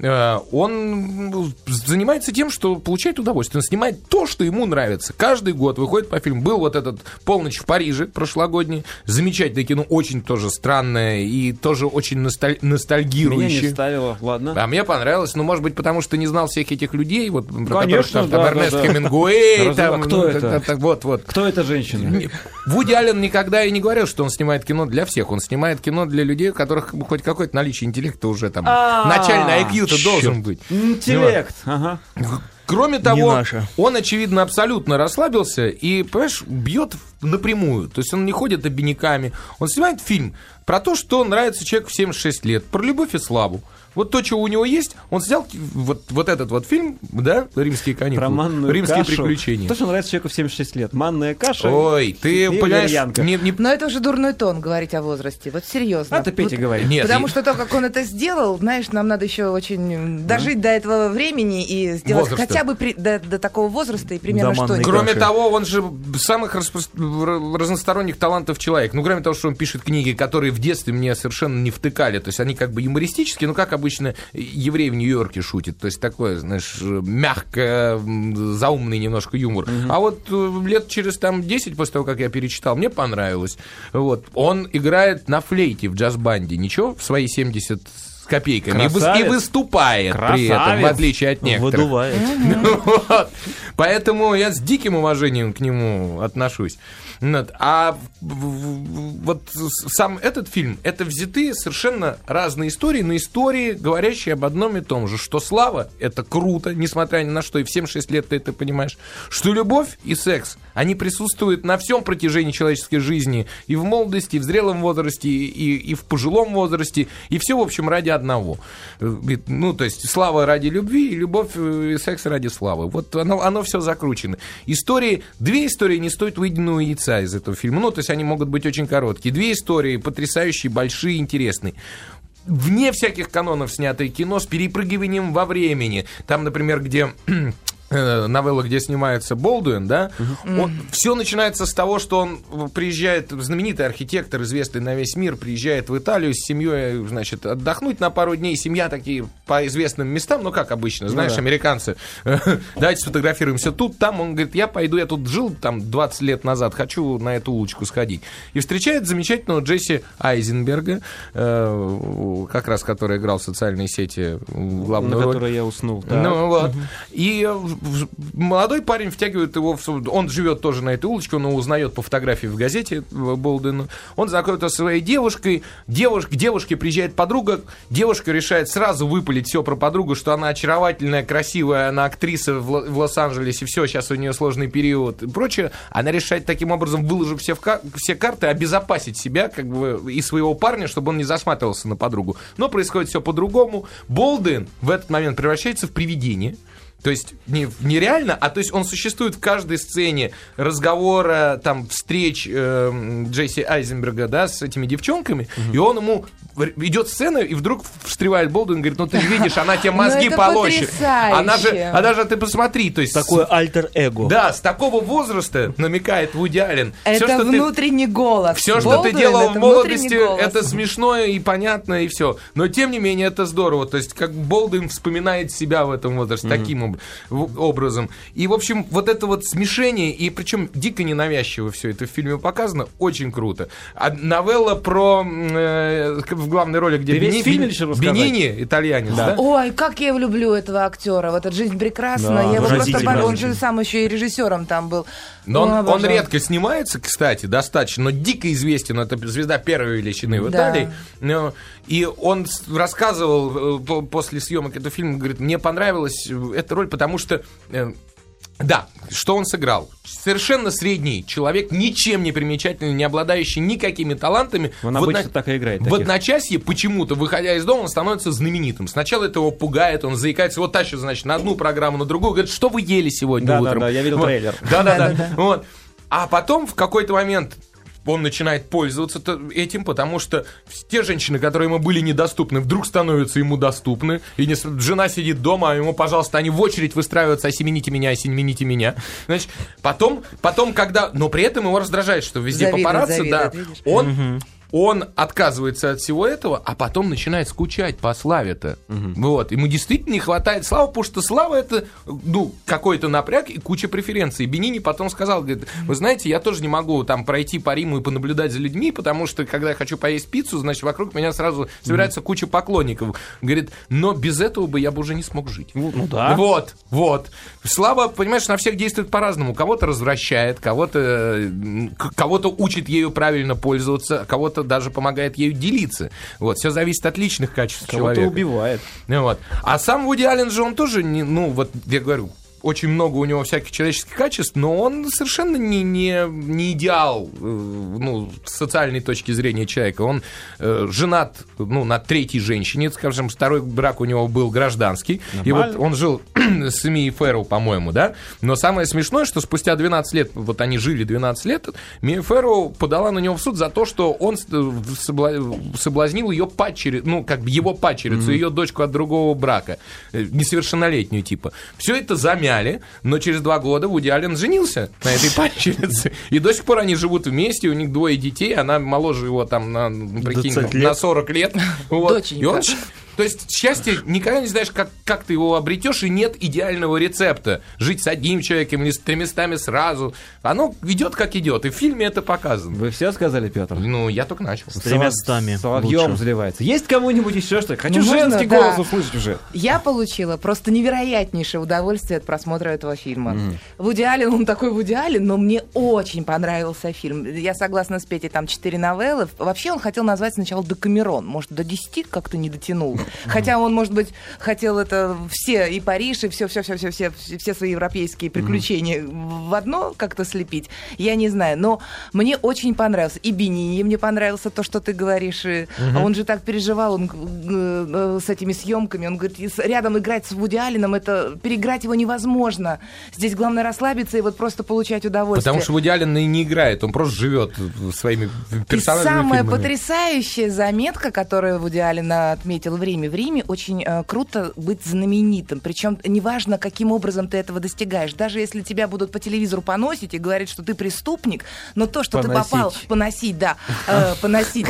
Э, Он ну, занимается тем, что получает удовольствие. Он снимает то, что ему нравится. Каждый год выходит по фильму. Был вот этот «Полночь в Париже» прошлогодний. Замечательное кино, очень тоже странное и тоже очень носталь-
Меня не
ностальгирующее.
ставило, ладно.
А мне понравилось, ну, может быть, потому что не знал всех этих людей, вот, про которых
Конечно,
там, там
да,
Эрнест
да, да.
Хемингуэй,
Разумно.
там,
Кто
ну,
это?
та- та- та- вот, вот.
Кто эта женщина?
Не- Вуди Аллен никогда и не говорил, что он снимает кино для всех. Он снимает кино для людей, у которых хоть какое-то наличие интеллекта уже там.
А,
Начальный IQ-то должен быть.
Интеллект. Ага.
Кроме того,
наша.
он, очевидно, абсолютно расслабился и, понимаешь, бьет в- напрямую. То есть он не ходит обиняками. Он снимает фильм про то, что нравится человек в 76 лет, про любовь и славу. Вот то, что у него есть, он снял вот, вот этот вот фильм, да, «Римские каникулы»,
Про манную
«Римские
кашу.
приключения».
То, что нравится человеку в 76 лет. Манная каша.
Ой, ты,
и
понимаешь,
валерьянка.
не- не
Но это уже дурной тон говорить о возрасте. Вот серьезно.
Это А Петя
Вот-
говорит.
Нет,
Потому
и-
что то, как он это сделал, знаешь, нам надо еще очень м, дожить до этого времени и сделать
Возраста.
хотя бы при- до, до такого возраста и примерно
До манной
что-нибудь.
Кроме
Каша.
того, он же самых распро- р- разносторонних талантов человек. Ну, кроме того, что он пишет книги, которые в детстве мне совершенно не втыкали. То есть они как бы юмористические, ну, как обычно евреи в Нью-Йорке шутят. То есть такое, знаешь, мягко, м, заумный немножко юмор. А вот э, лет через там 10 после того, как я перечитал, мне понравилось. Вот. Он играет на флейте в джаз-банде. Ничего в свои 70 с копейками и выс- и
Красавец.
выступает при этом, в
Красавец.
отличие от некоторых.
Выдувает.
Вот. Поэтому я с диким уважением к нему отношусь. Вот. А в- в- вот с- сам этот фильм, это взяты совершенно разные истории, но истории, говорящие об одном и том же, что слава — это круто, несмотря ни на что, и в 7-6 лет ты это понимаешь, что любовь и секс, они присутствуют на всем протяжении человеческой жизни, и в молодости, и в зрелом возрасте, и, и в пожилом возрасте, и все, в общем, ради одного. Э, и, Ну, то есть слава ради любви, и любовь э, и секс ради славы. Вот оно, все закручено. Истории, две истории не стоят выеденного яйца из этого фильма. Ну, то есть они могут быть очень короткие. Две истории потрясающие, большие, интересные. Вне всяких канонов снятое кино с перепрыгиванием во времени. Там, например, где э, новелла, где снимается Болдуин, да, все начинается с того, что он приезжает, знаменитый архитектор, известный на весь мир, приезжает в Италию с семьей, значит, отдохнуть на пару дней. Семья такие по известным местам, ну, как обычно, знаешь, американцы, давайте сфотографируемся тут, там. Он говорит, я пойду, я тут жил там 20 лет назад, хочу на эту улочку сходить. И встречает замечательного Джесси Айзенберга, э, как раз который играл в социальной сети
на
главную роль.
которой я уснул. так.
Ну вот. И э, в- в- молодой парень втягивает его в... су- Он живет тоже на этой улочке, он его узнает по фотографии в газете э, Болдена. Он знакомится со своей девушкой. Девуш... К девушке приезжает подруга. Девушка решает сразу выпалить все про подругу, что она очаровательная, красивая, она актриса в, Ло- в Лос-Анджелесе, все, сейчас у нее сложный период и прочее. Она решает таким образом, выложив все, в ка- все карты, обезопасить себя как бы, и своего парня, чтобы он не засматривался на подругу. Но происходит все по-другому. Болден в этот момент превращается в привидение. То есть не, в- не реально, а то есть он существует в каждой сцене разговора, там, встреч эм, Джесси Айзенберга, да, с этими девчонками, и он ему р- идет сцена, и вдруг встревает Болдуин, говорит, ну ты же видишь, она тебе мозги
это
полощет. Она же,
потрясающе.
она же, ты посмотри, то есть...
Такое альтер-эго.
Да, с такого возраста, намекает Вуди Аллен.
Это
всё, что ты-
внутренний голос.
все, что ты
Болдуин
делал в
это
молодости,
внутренний голос.
это смешное и понятно, и все. Но тем не менее, это здорово. То есть, как Болдуин вспоминает себя в этом возрасте таким об- в- образом. И, в общем, вот это вот смешение, и причем дико ненавязчиво все это в фильме показано, очень круто. А новелла про м, э, в главной роли, где
Ты весь
Бени-
фильм
Бени-
решил рассказать?
Бенини, итальянец, да?
Ой, как я люблю этого актера. Вот эта жизнь прекрасна.
Да,
я его просто
поразительно.
обожаю. Он же сам еще и режиссером там был.
Но
Ну,
он, он
обожаю.
редко снимается, кстати, достаточно, но дико известен. Это звезда первой величины в
Да.
Италии. Ну, И он с- рассказывал э, по- после съемок этого фильма, говорит, мне понравилась э, эта роль, потому что... э, да, что он сыграл? Совершенно средний человек, ничем не примечательный, не обладающий никакими талантами.
Он
В
обычно
одно-
так и играет.
в
таких.
одночасье почему-то, выходя из дома, он становится знаменитым. Сначала это его пугает, он заикается, вот тащит, значит, на одну программу, на другую, говорит, что вы ели сегодня
Да, да,
утром?
да, я видел
Вот.
трейлер.
Да-да-да. Вот. А потом в какой-то момент он начинает пользоваться то- этим, потому что те женщины, которые ему были недоступны, вдруг становятся ему доступны. И не с- жена сидит дома, а ему, пожалуйста, они в очередь выстраиваются, осемените меня, осемените меня. Значит, потом, потом, когда... Но при этом его раздражает, что везде
Завидует,
папарацци, да,
завидует, видишь?
он он отказывается от всего этого, а потом начинает скучать по славе-то. Вот. Ему действительно не хватает славы, потому что слава это, ну, какой-то напряг и куча преференций. И Бенини потом сказал, говорит, вы знаете, я тоже не могу там пройти по Риму и понаблюдать за людьми, потому что, когда я хочу поесть пиццу, значит, вокруг меня сразу собирается куча поклонников. Говорит, но без этого бы я бы уже не смог жить.
Ну, ну да.
Вот, вот. Слава, понимаешь, на всех действует по-разному. Кого-то развращает, кого-то э, к- кого-то учит ею правильно пользоваться, а кого-то даже помогает ею делиться. Вот, все зависит от личных качеств
Кого-то
человека.
убивает.
Ну Вот. А сам Вуди Аллен же он тоже, не, ну вот я говорю, очень много у него всяких человеческих качеств, но он совершенно не, не, не идеал э, ну, с социальной точки зрения человека. Он э, женат ну, на третьей женщине, скажем, второй брак у него был гражданский. И вот он жил с Эми Фэрроу, по-моему, да? Но самое смешное, что спустя 12 лет, вот они жили 12 лет, Мия Фэрроу подала на него в суд за то, что он с- в- собла- соблазнил ее падчерицу, ну, как бы его падчерицу, ее дочку от другого брака, э, несовершеннолетнюю типа. Все это замяли, но через два года Вуди Аллен женился на этой падчерице. И до сих пор они живут вместе, у них двое детей, она моложе его там, на, ну, прикинь,
20 лет.
на 40 лет. Вот. И он
Доченька.
щ- То есть счастье никогда не знаешь, как, как ты его обретешь, и нет идеального рецепта. Жить с одним человеком или с тремястами сразу. Оно идет как идет, и в фильме это показано.
Вы все сказали, Петр?
Ну, я только начал.
С тремя стами
Соловьем
лучше.
заливается. Есть кому-нибудь еще что? Хочу
Ну, можно,
женский
да.
голос услышать уже.
Я получила просто невероятнейшее удовольствие от просмотра этого фильма. Вуди Аллен, он такой Вуди Аллен, но мне очень понравился фильм. Я согласна с Петей, там четыре новеллы. Вообще он хотел назвать сначала «Докамерон». Может, до 10 как-то не дотянул. Хотя он, может быть, хотел это все, и Париж, и все-все-все-все, все все свои европейские приключения в одно как-то слепить. Я не знаю, но мне очень понравился. И Бенини мне понравился то, что ты говоришь. и Он же так переживал он, э, э, с этими съемками. Он говорит, «И с- рядом играть с Вуди Алленом, это переиграть его невозможно. Здесь главное расслабиться и вот просто получать удовольствие.
Потому что Вуди Аллен и не играет, он просто живет своими
И
персонажами.
самая
фильмами.
потрясающая заметка, которую Вуди Аллен отметил в Риме. В Риме очень э, круто быть знаменитым. Причем неважно, каким образом ты этого достигаешь. Даже если тебя будут по телевизору поносить и говорить, что ты преступник, но то, что
Поносить.
ты попал... Поносить, да. э, поносить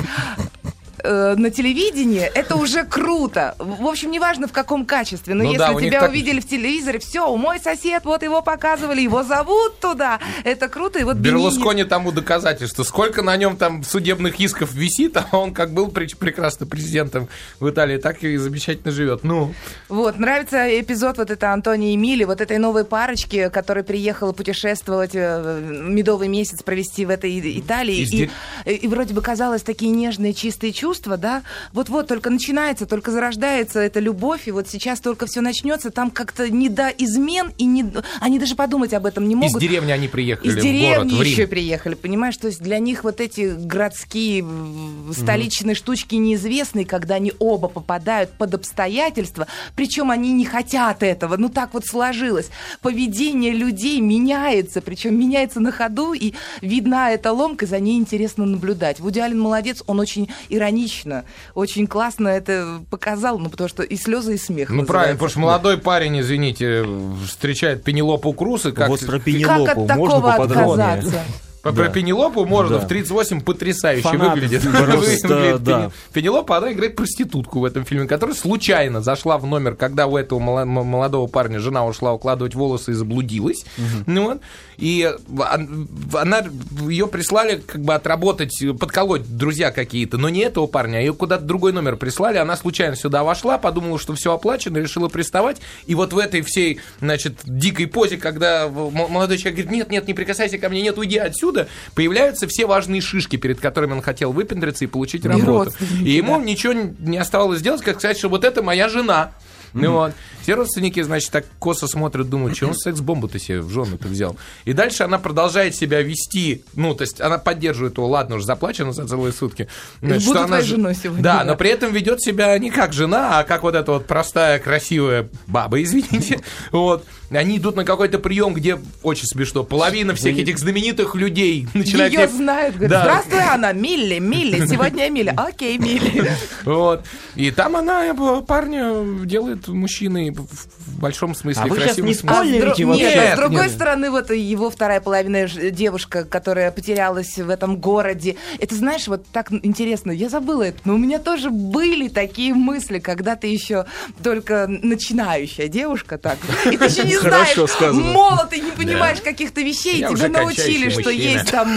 э, на телевидении, это уже круто. В в общем, неважно в каком качестве, но
Ну
если
да, у них
тебя
так-
увидели в телевизоре, все, мой сосед, вот его показывали, его зовут туда, это круто. И вот Бенини-
Берлускони тому доказательство. Сколько на нем там судебных исков висит, а он как был пре- прекрасно президентом в Италии, так и замечательно живет. Ну,
Вот, нравится эпизод вот это Антони и Мили, вот этой новой парочки, которая приехала путешествовать, э, медовый месяц провести в этой И- Италии.
И
И,
здесь-
и, вроде бы казалось такие нежные, чистые чувства, да? Вот-вот, только начинается, только зарождается эта любовь, и вот сейчас только все начнется, там как-то не до измен, и не... до- они даже подумать об этом не могут.
из деревни они приехали
Из
в город,
деревни
в Рим.
еще приехали, понимаешь? То есть для них вот эти городские, м, столичные штучки неизвестны, когда они оба попадают под обстоятельства, причем они не хотят этого. Ну так вот сложилось. Поведение людей меняется, причем меняется на ходу, и видна эта ломка, за ней интересно наблюдать. Вуди Аллен молодец, он очень иронично, очень классно это показал, ну потому что и слезы, и смех.
Ну,
называется.
правильно, потому что молодой парень, извините, встречает Пенелопу Крус, и как...
Вот про
Как от
Пенелопу можно
такого
поподробнее?
отказаться?
Про, про Пенелопу можно
Да.
в 38 потрясающе
Фанаты
выглядит.
просто,
Выглядит
да.
Пене- Пенелопа, она играет проститутку в этом фильме, которая случайно зашла в номер, когда у этого мало- м- молодого парня жена ушла укладывать волосы и заблудилась. Ну вот. И он- она, ее прислали как бы отработать, подколоть друзья какие-то, но не этого парня, а ее куда-то другой номер прислали, она случайно сюда вошла, подумала, что все оплачено, решила приставать, и вот в этой всей, значит, дикой позе, когда м- молодой человек говорит, нет, нет, не прикасайся ко мне, нет, уйди отсюда, появляются все важные шишки, перед которыми он хотел выпендриться и получить работу.
родственники,
И ему ничего не оставалось делать, как сказать, что вот это моя жена. Ну вот. Все родственники, значит, так косо смотрят, думают, что он секс-бомбу-то себе в жену-то взял. И дальше она продолжает себя вести, ну, то есть она поддерживает его, ладно, уже заплачено за целые сутки. Значит,
Буду
что она
твоей
ж-
женой сегодня,
Да,
да.
но при этом ведет себя не как жена, а как вот эта вот простая, красивая баба, извините. Вот. Они идут на какой-то прием, где, очень смешно, половина всех этих знаменитых людей начинает...
Ее
ей-
знают, говорят,
Да.
здравствуй, Анна, Милли, Милли, сегодня я Милли. Окей, Милли.
Вот. И там она э, парня делает мужчиной в- в большом смысле
А вы сейчас
красивым
не
смысле.
А с дру-
Спойлерите
Нет,
вообще.
а с другой
Нет.
стороны, вот его вторая половина ж- девушка, которая потерялась в этом городе. Это, знаешь, вот так интересно, я забыла это, но у меня тоже были такие мысли, когда ты еще только начинающая девушка, так, и ты еще не знаешь,
Хорошо сказано.
молод, и не понимаешь каких-то вещей,
Я
и тебя
уже
научили,
кончающий
что
мужчина.
есть там...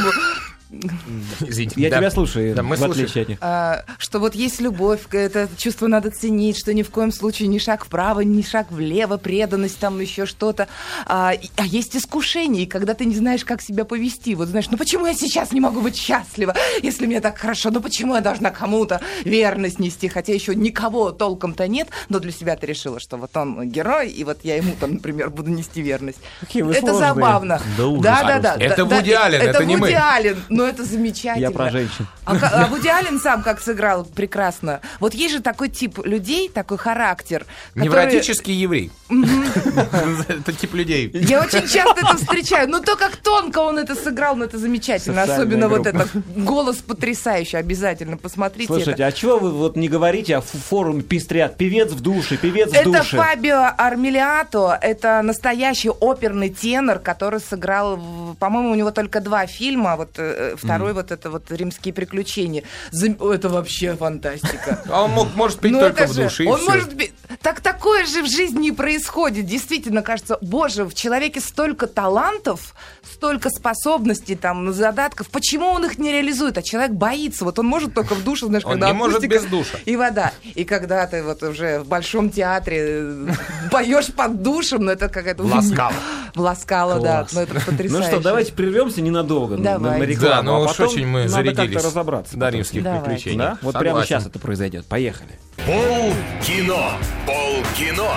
Извините.
Я
Да.
тебя слушаю,
Да, мы
в
слушаем.
отличие от них.
А, что вот есть любовь, к- это чувство надо ценить, что ни в коем случае ни шаг вправо, ни шаг влево, преданность там еще что-то. А, и- а есть искушение, и когда ты не знаешь, как себя повести. Вот знаешь, ну почему я сейчас не могу быть счастлива, если мне так хорошо? Ну почему я должна кому-то верность нести? Хотя еще никого толком-то нет, но для себя ты решила, что вот он герой, и вот я ему там, например, буду нести верность.
Какие вы
это
сложные.
забавно.
Да ужас
да, да, да,
Это
да,
Вуди Аллен, это не мы.
Вуди Аллен, но это замечательно.
Я про женщин.
А, ка- а Вуди Аллен сам как сыграл прекрасно. Вот есть же такой тип людей, такой характер. который-
Невротический еврей. Это тип людей.
Я очень часто это встречаю. Но то, как тонко он это сыграл, ну это замечательно.
Социальная
Особенно вот
группа.
этот голос потрясающий. Обязательно посмотрите
Слушайте,
это.
а чего вы вот не говорите, а в форуме пестрят? Певец в душе, певец в
Это
душе.
Фабио Армелиато, это настоящий оперный тенор, который сыграл, в- по-моему, у него только два фильма, вот э, Э, Второй вот это вот «Римские приключения». Зам- Это вообще фантастика.
А он мог, может пить
Ну,
только
это
в
же-
душе, и
Он
всё.
может быть... Так такое же в жизни и происходит. Действительно, кажется, боже, в человеке столько талантов, столько способностей, там, задатков. Почему он их не реализует? А человек боится. Вот он может только в душе, знаешь,
Он
когда
не может
акустика
без душа.
И вода. И когда ты вот уже в большом театре э, поешь под душем, ну это какая-то...
В Ласкало.
В Ласкало, да.
Класс.
Ну это потрясающе.
Ну что, давайте прервемся ненадолго на- на,
Давай.
на рекламу.
Да, ну
а
уж
потом
очень мы
надо
зарядились.
как-то разобраться.
До
потом.
римских
Давайте.
приключений.
Да? Вот прямо
Согласен.
сейчас это произойдет. Поехали.
Пол кино. Пол кино.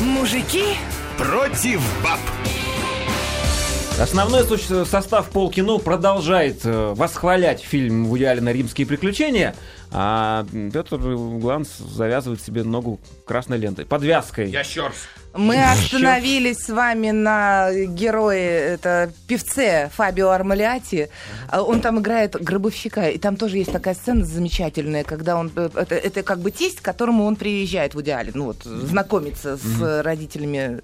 Мужики
Против баб.
Основной суще- состав полкино продолжает э, восхвалять фильм Вуди Аллена «Римские приключения», а Петр Гланс завязывает себе ногу красной лентой, подвязкой.
Я еще раз.
Мы остановились с вами на герое, это певце Фабио Армалиати. А Он там играет гробовщика, и там тоже есть такая сцена замечательная, когда он... э, Это, это как бы тесть, к которому он приезжает в идеале, ну вот, знакомиться с э, родителями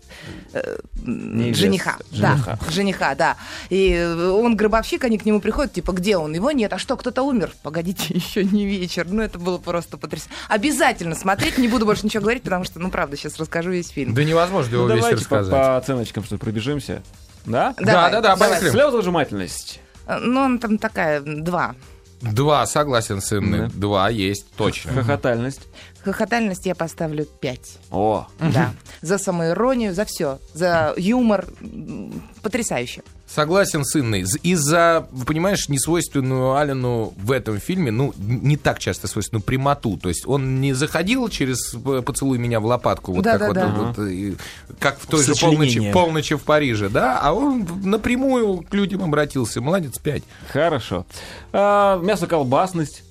э, м,
Невест-
жениха.
жениха.
Да, жениха, да. И э, он гробовщик, они к нему приходят, типа, где он? Его нет. А что, кто-то умер? Погодите, еще не вечер. Ну, это было просто потрясающе. Обязательно смотреть, не буду больше ничего говорить, потому что, ну, правда, сейчас расскажу весь фильм.
Да невозможно
Ну,
его весь
давайте по,
рассказать.
по оценочкам что ли, пробежимся. Да?
Да,
Давай,
да, да,
давай.
поехали.
Слезовжимательность.
Э, Ну, он там такая, м, два.
Два, согласен, сын.
Да.
Два есть, точно.
Хохотальность.
Хохотальность я поставлю пять.
О,
Да. За самоиронию, за все. За юмор. М, Потрясающе.
Согласен, сынный. З- Из-за, понимаешь, несвойственную Алину в этом фильме, ну, н- не так часто свойственную ну, прямоту. То есть он не заходил через э, «Поцелуй меня в лопатку», вот как,
Да-да-да.
вот, вот, и- как в той же
Сочленение.
полночи, полночи в Париже, да? А он напрямую к людям обратился. Молодец, пять.
хорошо. А, мясоколбасность.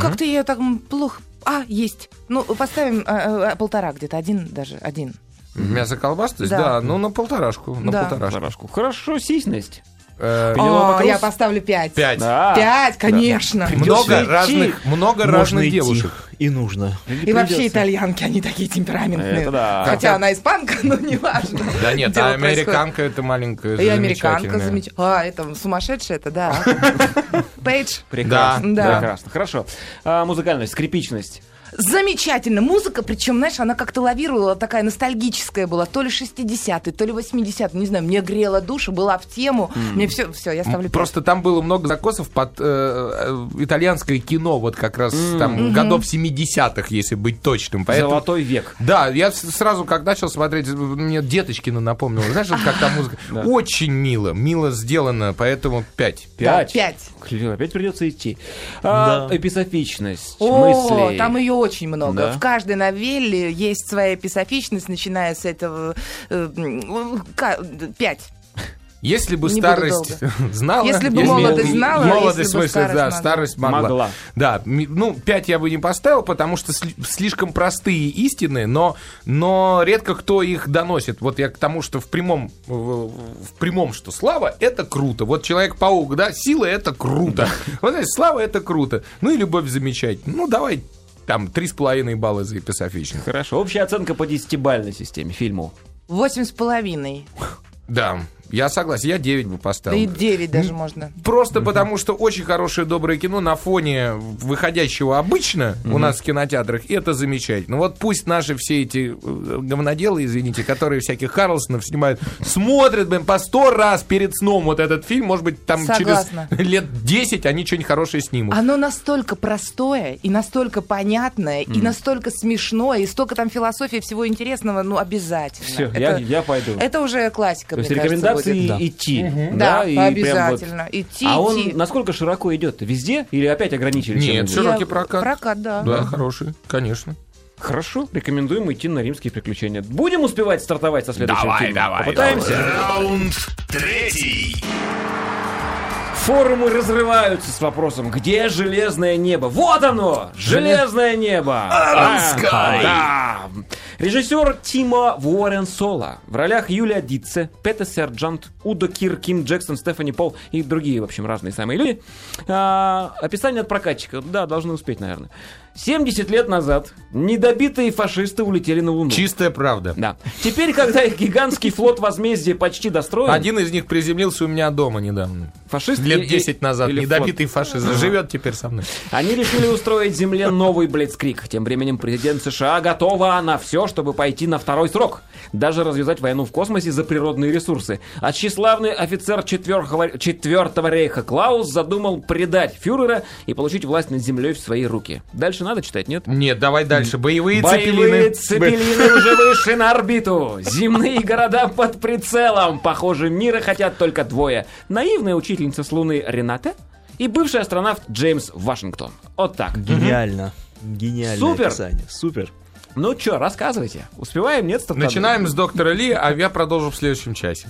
Как-то я так м, плохо... А, есть. Ну, поставим э, э, полтора где-то. Один даже. Один.
Мясо колбастость,
Да.
да. ну на полторашку, на
Да.
полторашку.
Хорошо. Хорошо, сисьность.
Э,
Пенелопа
О,
Круз?
я поставлю пять.
пять.
Да.
Пять, конечно.
Много
идти.
разных, много
Можно
разных
идти.
девушек.
И нужно.
И вообще итальянки, они такие темпераментные.
Это да.
Хотя она испанка, но не важно.
Да нет,
Дело
а американка это маленькая,
происходит. И американка
замечательная.
замечательная. А, это сумасшедшая, это да. Пейдж.
Прекрасно.
Да. Да.
Прекрасно. Хорошо. А, музыкальность, скрипичность.
Замечательно. Музыка, причем, знаешь, она как-то лавировала, такая ностальгическая была. То ли 60-е, то ли 80-е, не знаю. Мне грела душа, была в тему. Мне все, все, я ставлю пять.
Просто там было много закосов под э, э, итальянское кино, вот как раз там годов 70-х, если быть точным. Поэтому...
Золотой век.
Да, я с- сразу, как начал смотреть, мне Деточкина напомнила. Знаешь, вот как там музыка? Очень мило, мило сделано, поэтому 5.
Да,
Пять.
пять.
Клево, опять придется идти. А,
Да.
Эписофичность,
О,
мысли.
там ее очень много.
Да.
В каждой новелле есть своя эписофичность, начиная с этого э, м, ка- пять.
Если бы
Не буду
старость знала...
Если бы
молодость
знала...
знала,
Молодость,
если
в
бы
смысле,
старость
да,
могла.
старость могла.
Могла.
Да, ми- ну, 5 я бы не поставил, потому что сли- слишком простые истины, но, но редко кто их доносит. Вот я к тому, что в прямом, в, в прямом, что слава — это круто. Вот Человек-паук, да, сила — это круто. Вот, знаете, слава — это круто. Ну и любовь замечательно. Ну, давай там 3,5 балла за эписофичных.
Хорошо. Общая оценка по десятибалльной системе фильму.
Восемь с половиной.
Да, я согласен, я 9 бы
Да
поставил.
и девять даже
ну,
можно.
Просто потому, что очень хорошее доброе кино на фоне выходящего обычно у нас в кинотеатрах, и это замечательно. Ну Вот пусть наши все эти э, говноделы, извините, которые всяких Карлсонов снимают, смотрят, блин, по сто раз перед сном вот этот фильм, может быть, там
Согласна. А?
через лет 10 они что-нибудь хорошее снимут.
Оно настолько простое и настолько понятное, и настолько смешное, и столько там философии всего интересного, ну, обязательно.
Все,
это,
я, я пойду.
это уже классика,
То есть
мне кажется,
рекомендации
будет.
идти.
Да,
и прям вот-
обязательно. Идти,
А он
идти.
насколько широко идет? Везде или опять ограничили?
Нет,
чем-нибудь?
широко. Широкий прокат.
Прокат, да.
Да, хороший, конечно.
Хорошо, рекомендуем идти на римские приключения. Будем успевать стартовать со следующим
Давай,
фильмом?
давай,
Попытаемся?
Раунд третий.
Форумы разрываются с вопросом, где железное небо? Вот оно! Железное небо!
Sky.
Да! Режиссер Тима Уоррен Соло. В ролях Юлия Дитце, Петер Сержант, Удо Кир, Ким Джексон, Стефани Пол и другие, в общем, разные самые люди. А, описание от прокатчика. Да, должны успеть, наверное. 70 лет назад недобитые фашисты улетели на Луну.
Чистая правда.
Да. Теперь, когда их гигантский флот возмездия почти достроен,
Один из них приземлился у меня дома недавно.
фашисты и-
Лет
и-
10 назад.
или
Недобитый фашист. Живет теперь со мной.
Они решили устроить земле новый блицкрик. Тем временем президент США готова на все, чтобы пойти на второй срок. Даже развязать войну в космосе за природные ресурсы. А тщеславный офицер четвертого, четвертого рейха Клаус задумал предать фюрера и получить власть над землей в свои руки. Дальше надо читать, нет?
Нет, давай дальше. Боевые,
Боевые
цепелины.
цепелины уже вышли на орбиту. Земные города под прицелом. Похоже, мира хотят только двое. Наивная учительница с Луны Рената и бывший астронавт Джеймс Вашингтон. Вот так.
Гениально. Гениально.
Супер.
описание. Супер.
Ну чё, рассказывайте. Успеваем, нет, Ставтадзе?
Начинаем с доктора Ли, а я продолжу в следующем часе.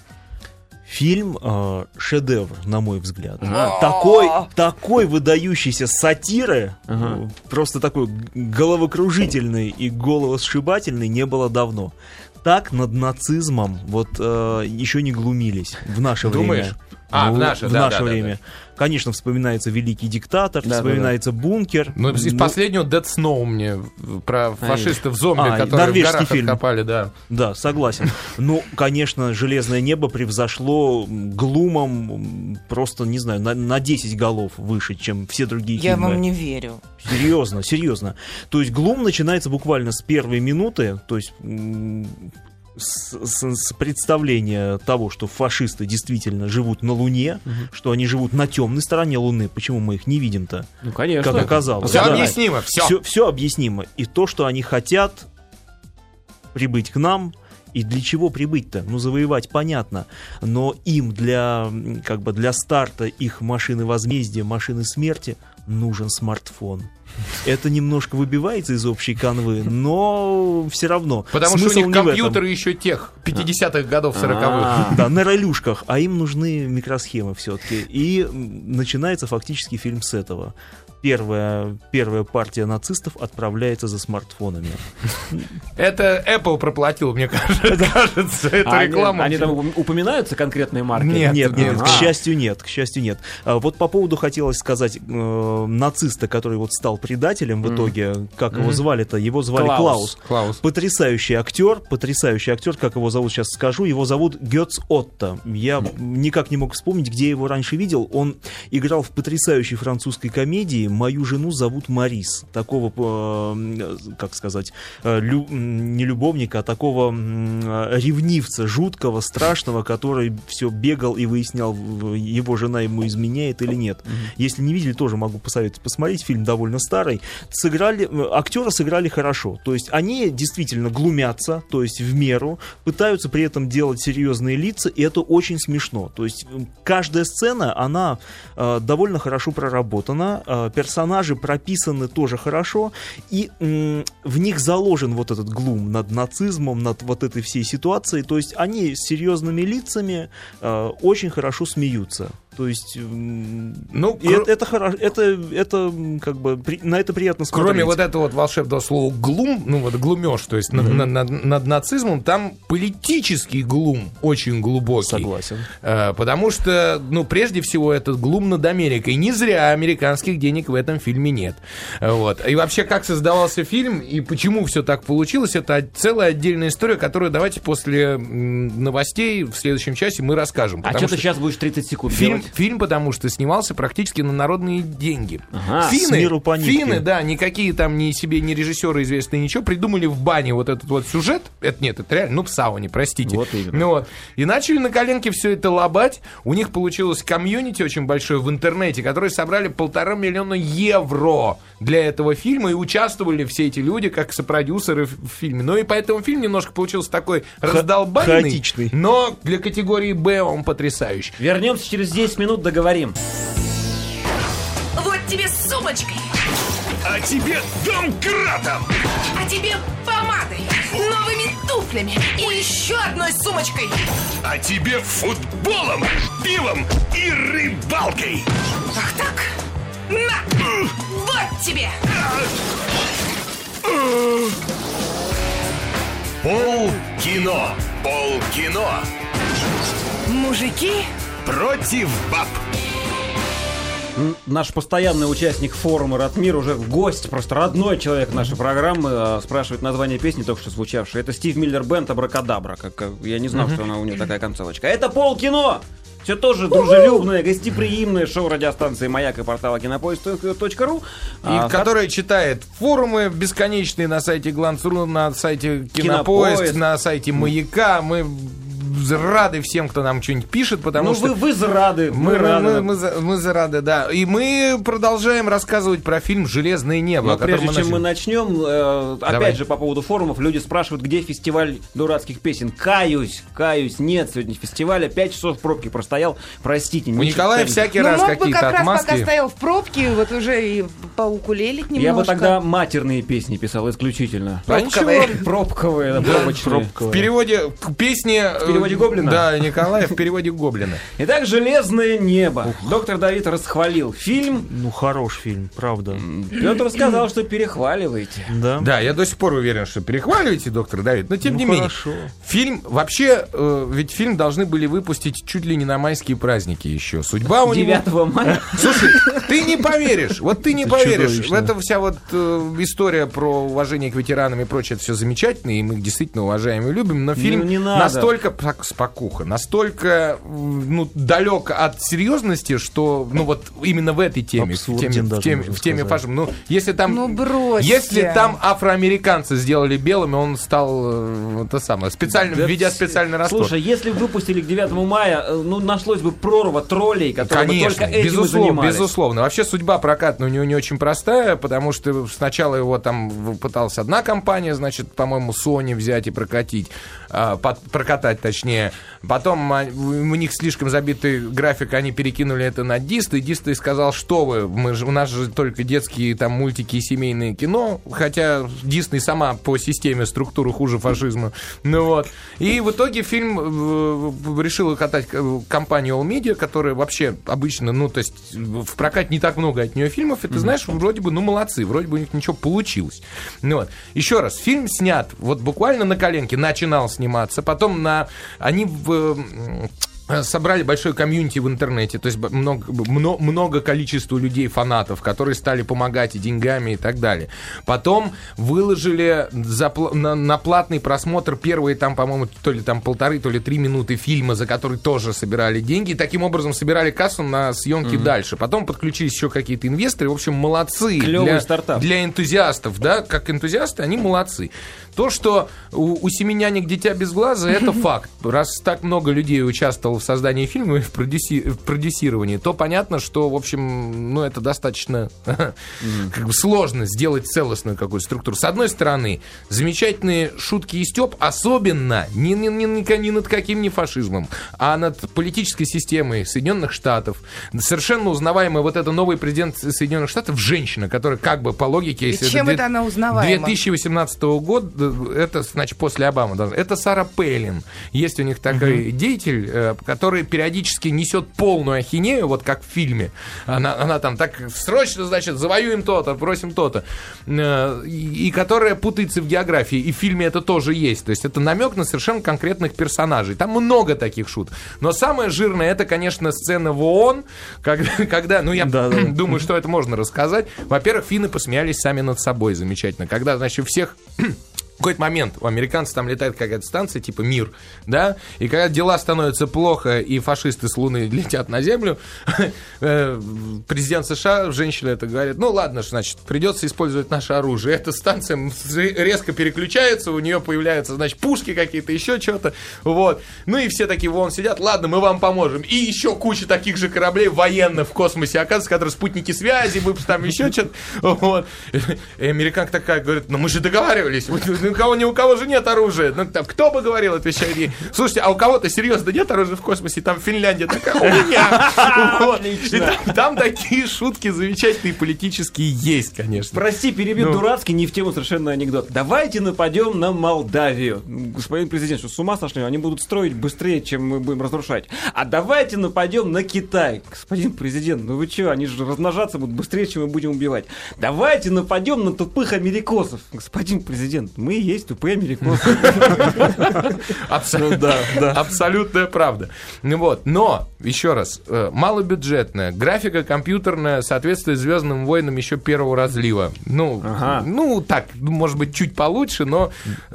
Фильм э, шедевр, на мой взгляд. Такой, такой выдающийся сатиры, э, просто такой г- головокружительный и головосшибательный не было давно. Так над нацизмом вот э, еще не глумились в наше
Думаешь?
время.
А, в
Ну,
наше, да, да, да,
время. Конечно, вспоминается великий диктатор,
Да, да, да.
вспоминается бункер.
Ну, из
Ну,
последнего Dead Snow мне в- про фашистов зомби,
А,
которые в
норвежский
горах
фильм.
откопали, да.
Да, согласен. Ну, конечно, «Железное небо» превзошло м, глумом м, просто, не знаю, на, на 10 голов выше, чем все другие
Я
фильмы.
вам не верю.
Серьезно, серьезно. То есть глум начинается буквально с первой минуты, то есть м, с, с- с представления того, что фашисты действительно живут на Луне, что они живут на темной стороне Луны, почему мы их не видим-то,
Ну, конечно.
как оказалось.
Все
Да.
объяснимо, все.
Все, объяснимо. И то, что они хотят прибыть к нам, и для чего прибыть-то? Ну, завоевать, понятно. Но им для, м, как бы для старта их машины возмездия, машины смерти, нужен смартфон. Это немножко выбивается из общей канвы, но все равно.
Потому что у
Смысл
них
не в этом.
компьютеры еще тех 50-х годов, 40-х.
А.
Да, на ролюшках, а им нужны микросхемы все-таки. И м, начинается фактически фильм с этого. Первая, первая партия нацистов отправляется за смартфонами.
Это Apple проплатил, мне кажется, кажется, эту
А они-
рекламу.
Они, там упом- упоминаются конкретные марки?
Нет.
Нет, нет,
нет.
к
А.
счастью, нет, к счастью, нет. А Вот по поводу хотелось сказать э, нациста, который вот стал предателем в итоге, как его звали-то? Его звали
Клаус.
Клаус.
Клаус.
Потрясающий актер, потрясающий актер, как его зовут, сейчас скажу. Его зовут Гетц Отто. Я никак не мог вспомнить, где я его раньше видел. Он играл в потрясающей французской комедии «Мою жену зовут Марис». Такого, э, как сказать, э, лю- м, не любовника, а такого м, э, ревнивца, жуткого, страшного, который все бегал и выяснял, в- его жена ему изменяет или нет. Если не видели, тоже могу посоветовать посмотреть. Фильм довольно старый. Сыграли, э, актеры сыграли хорошо. То есть они действительно глумятся, то есть в меру, пытаются при этом делать серьезные лица, и это очень смешно. То есть м, каждая сцена, она э, довольно хорошо проработана, э, персонажи прописаны тоже хорошо, и м, в них заложен вот этот глум над нацизмом, над вот этой всей ситуацией. То есть они с серьезными лицами э, очень хорошо смеются. То есть м,
Ну,
и
кр-
это, это хорошо, это, это м, как бы при- на это приятно смотреть.
Кроме вот этого вот волшебного слова глум, ну вот глумеж, то есть над, над- над- над нацизмом, там политический глум очень глубокий.
согласен.
Э, Потому что, ну, прежде всего, этот глум над Америкой. Не зря американских денег в этом фильме нет. Э, Вот. И вообще, как создавался фильм и почему все так получилось, это от- целая отдельная история, которую давайте после м, новостей в следующем часе мы расскажем.
А
Потому
что ты
что
сейчас будешь 30 секунд
Фильм,
делать?
фильм, потому что снимался практически на народные деньги.
Ага.
финны,
С миру по нитке.
финны, да, никакие там ни себе, ни режиссеры известные, ничего, придумали в бане вот этот вот сюжет. Это нет, это реально, ну, в сауне, простите.
Вот именно.
Ну вот. И начали на коленке все это лобать. У них получилось комьюнити очень большое в интернете, которые собрали полтора миллиона евро для этого фильма. И участвовали все эти люди как сопродюсеры в в фильме. Ну и поэтому фильм немножко получился такой раздолбанный.
хаотичный.
Но для категории Б он потрясающий.
Вернемся через 10 минут, договорим.
Вот тебе с сумочкой,
А тебе домкратом!
а тебе помадой, новыми туфлями и еще одной сумочкой.
А тебе футболом, пивом и рыбалкой!
Ах так? На! Вот тебе!
Пол кино! Пол кино!
Мужики
Против баб!
м, наш постоянный участник форума «Ратмир», уже гость, просто родной человек нашей программы, а, спрашивает название песни, только что звучавшей. Это Стив Миллер Бенд «Абракадабра». Как, как- я не знал, что она у нее такая концовочка. Это полкино! Все тоже дружелюбное, гостеприимное шоу радиостанции «Маяк» и портала кинопоиск.ру.
И
А,
которая читает форумы бесконечные на сайте Гланцру, на сайте Кинопоиск,
Кинопоиск.
на сайте Маяка. Мы рады всем, кто нам что-нибудь пишет, потому
Ну
что
вы, вы рады, мы,
мы,
рады.
мы, мы за- мы за рады, да. И мы продолжаем рассказывать про фильм «Железное небо»,
Но
о котором
Ну, прежде
а мы
чем мы
начали.
начнем, э,
Давай.
опять же по поводу форумов, люди спрашивают, где фестиваль дурацких песен. Каюсь, каюсь, нет сегодня фестиваля, пять часов пробки простоял, простите.
У
не
Николая
читаем.
всякий
Ну,
раз
мог бы
какие-то
как раз пока
отмазки.
стоял в пробке, вот уже и поукулелить немножко.
Я бы тогда матерные песни писал исключительно.
А ничего,
Пробковые, да, пробочные.
В переводе к песне... В
переводе «Гоблина»?
Да, Николая в переводе «Гоблина».
Итак, «Железное небо». Доктор Давид расхвалил фильм.
Ну, хорош фильм, правда.
Петр сказал, что перехваливаете.
Да.
Да, я до сих пор уверен, что перехваливаете, доктор Давид, но тем
Ну,
не
хорошо.
менее. Фильм, вообще, э, ведь фильм должны были выпустить чуть ли не на майские праздники еще. Судьба у него...
9 мая.
Слушай, ты не поверишь, вот ты не
Это
поверишь.
чудовищно.
Это вся вот э, история про уважение к ветеранам и прочее, это все замечательно, и мы их действительно уважаем и любим, но фильм
Ну, не надо.
настолько пак- спокуха, настолько м, ну, далек от серьезности, что ну вот именно в этой теме, в
Абсурден
теме, в
даже,
теме,
можно
в теме
сказать.
фашизма, ну если там,
Ну, бросьте.
если там афроамериканцы сделали белым, он стал э, это самое специально, введя специальный раствор.
Слушай, если бы выпустили к 9 мая, э, ну, нашлось бы прорва троллей, которые бы
Конечно,
только этим и
безусловно,
занимались.
безусловно. Вообще судьба прокатная у него не очень простая, потому что сначала его там в- пыталась одна компания, значит, по-моему, Sony взять и прокатить, а, под- прокатать точнее. Потом а, у них слишком забитый график, они перекинули это на Дист, и Дист и сказал, что вы, мы же- у нас же только детские там мультики и семейное кино, хотя Дисней сама по системе структуру хуже фашизма. Ну вот. И в итоге фильм э, решила катать э, компанию All Media, которая вообще обычно, ну, то есть в прокате не так много от нее фильмов, и ты знаешь, вроде бы, ну, молодцы, вроде бы у них ничего получилось. Ну вот. Еще раз, фильм снят, вот буквально на коленке начинал сниматься, потом на... Они в... э, м, собрали большой комьюнити в интернете, то есть б- много, много, много количества людей, фанатов, которые стали помогать и деньгами и так далее. Потом выложили за пла- на, на платный просмотр первые там, по-моему, то ли там полторы, то ли три минуты фильма, за который тоже собирали деньги. И таким образом собирали кассу на съемки дальше. Потом подключились еще какие-то инвесторы. В общем, молодцы.
Клёвый
для,
стартап.
Для энтузиастов, да, как энтузиасты, они молодцы. То, что у, у семеняник дитя без глаза, это факт. Раз так много людей участвовало в создании фильма и в, продюси- в продюсировании, то понятно, что, в общем, ну, это достаточно как бы сложно сделать целостную какую-то структуру. С одной стороны, замечательные шутки и степ, особенно не, не, не- не- не над каким не фашизмом, а над политической системой Соединенных Штатов. Совершенно узнаваемая вот эта новый президент Соединенных Штатов, женщина, которая как бы по логике...
И
если
чем
две-
это она узнаваема?
2018 года, это, значит, после Обамы, должно- это Сара Пейлин. Есть у них такой деятель, э, который периодически несет полную ахинею, вот как в фильме. Она, она там так срочно, значит, завоюем то-то, просим то-то. Э, И, и которая путается в географии. И в фильме это тоже есть. То есть это намек на совершенно конкретных персонажей. Там много таких шут. Но самое жирное, это, конечно, сцена в ООН, когда, когда ну, я
Да-да-да.
думаю, что это можно рассказать. Во-первых, финны посмеялись сами над собой замечательно. Когда, значит, у всех в какой-то момент у американцев там летает какая-то станция, типа мир, да, и когда дела становятся плохо, и фашисты с Луны летят на Землю, э, президент США, женщина это говорит, ну ладно, ж, значит, придется использовать наше оружие. Эта станция м- с- резко переключается, у нее появляются, значит, пушки какие-то, еще что-то, вот. Ну и все такие вон сидят, ладно, мы вам поможем. И еще куча таких же кораблей военных в космосе, оказывается, которые спутники связи, выпуск там еще что-то, вот. И американка такая говорит, ну мы же договаривались, вот, ну, ни у кого, ни у кого же нет оружия. Ну, там, кто бы говорил, отвечает ей. Слушайте, а у кого-то серьезно нет оружия в космосе? Там Финляндия такая, у меня. Вот. И там, там такие шутки замечательные политические есть, конечно.
Прости, перебью
Ну.
дурацкий, не в тему совершенно анекдот. Давайте нападем на Молдавию. Господин президент, что с ума сошли? Они будут строить быстрее, чем мы будем разрушать. А давайте нападем на Китай. Господин президент, ну вы чё, они же размножаться будут быстрее, чем мы будем убивать. Давайте нападем на тупых америкосов. Господин президент, мы и есть тупые америкосы.
Абсолютно, Абсолютная правда. Ну вот, но, еще раз, э, малобюджетная, графика компьютерная, соответствует «Звездным войнам» еще первого разлива. Ну,
Ага.
ну так, ну, может быть, чуть получше, но...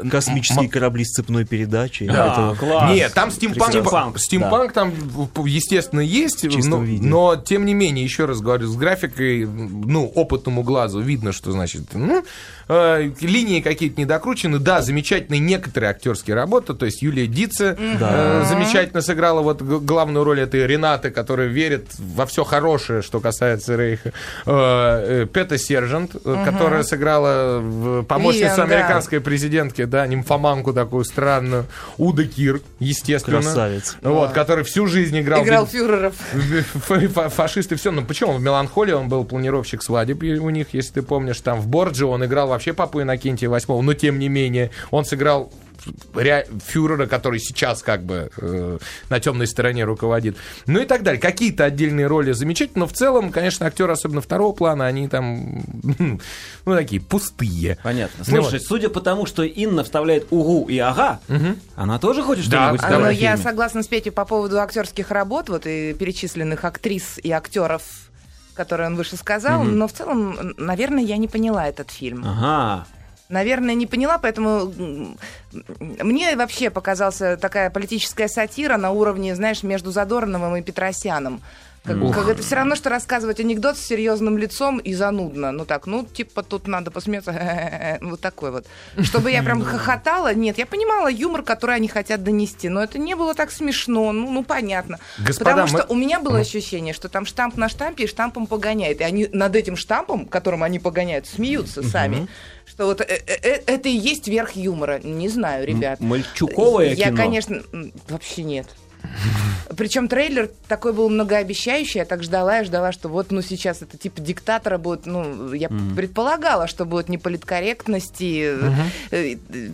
Космические корабли с цепной передачей.
Да,
Это-
класс.
Нет, там стимпанк,
Стимпанк,
стимпанк, там, в- естественно, есть,
чистом
но,
виде.
но, тем не менее, еще раз говорю, с графикой, ну, опытному глазу видно, что значит, ну, э, линии какие-то недокручены, да, замечательные некоторые актерские работы, то есть Юлия Дице э, замечательно сыграла вот г- главную роль этой Ренаты, которая верит во все хорошее, что касается Рейха, Э, э, Пета Сержант, э, которая сыграла в- помощницу
Виен, да.
американского американской президентке, да, нимфоманку такую странную, Уда Кир, естественно.
Красавец.
Вот, который всю жизнь играл...
Играл фюреров.
фашисты фашист и все. Ну почему? В «Меланхолии» он был планировщик свадеб и у них, если ты помнишь. Там в «Борджио» он играл вообще Папу Иннокентия восьмого, но тем не менее он сыграл ре- фюрера, который сейчас как бы э, на темной стороне руководит. Ну и так далее. Какие-то отдельные роли замечательные, но в целом, конечно, актеры, особенно второго плана, они там, ну, такие пустые.
Понятно.
Ну вот.
Слушай, судя по тому, что Инна вставляет угу и ага, она тоже хочет
Да,
что-нибудь
а,
сказать
Но
о
я
фильме?
согласна с Петей по поводу актерских работ, вот и перечисленных актрис и актеров, которые он выше сказал, но в целом, м, наверное, я не поняла этот фильм.
Ага.
Наверное, не поняла, поэтому м, м, мне вообще показался такая политическая сатира на уровне, знаешь, между Задорновым и Петросяном. Как, как это все равно, что рассказывать анекдот с серьезным лицом и занудно. Ну так, ну типа тут надо посмеяться, вот такой вот. Чтобы я прям хохотала, нет, я понимала юмор, который они хотят донести, но это не было так смешно, ну, ну, понятно.
Господа,
Потому что у
мы-
меня было ощущение, что там штамп на штампе и штампом погоняет. И они над этим штампом, которым они погоняют, смеются сами. Что вот э- э- э- это и есть верх юмора. Не знаю, ребят.
М- мальчуковое
Я,
кино?
конечно, м, вообще нет. Причем трейлер такой был многообещающий, я так ждала, я ждала, что вот, ну, сейчас это типа диктатора будет, ну, я предполагала, что будет не политкорректности э, э, э,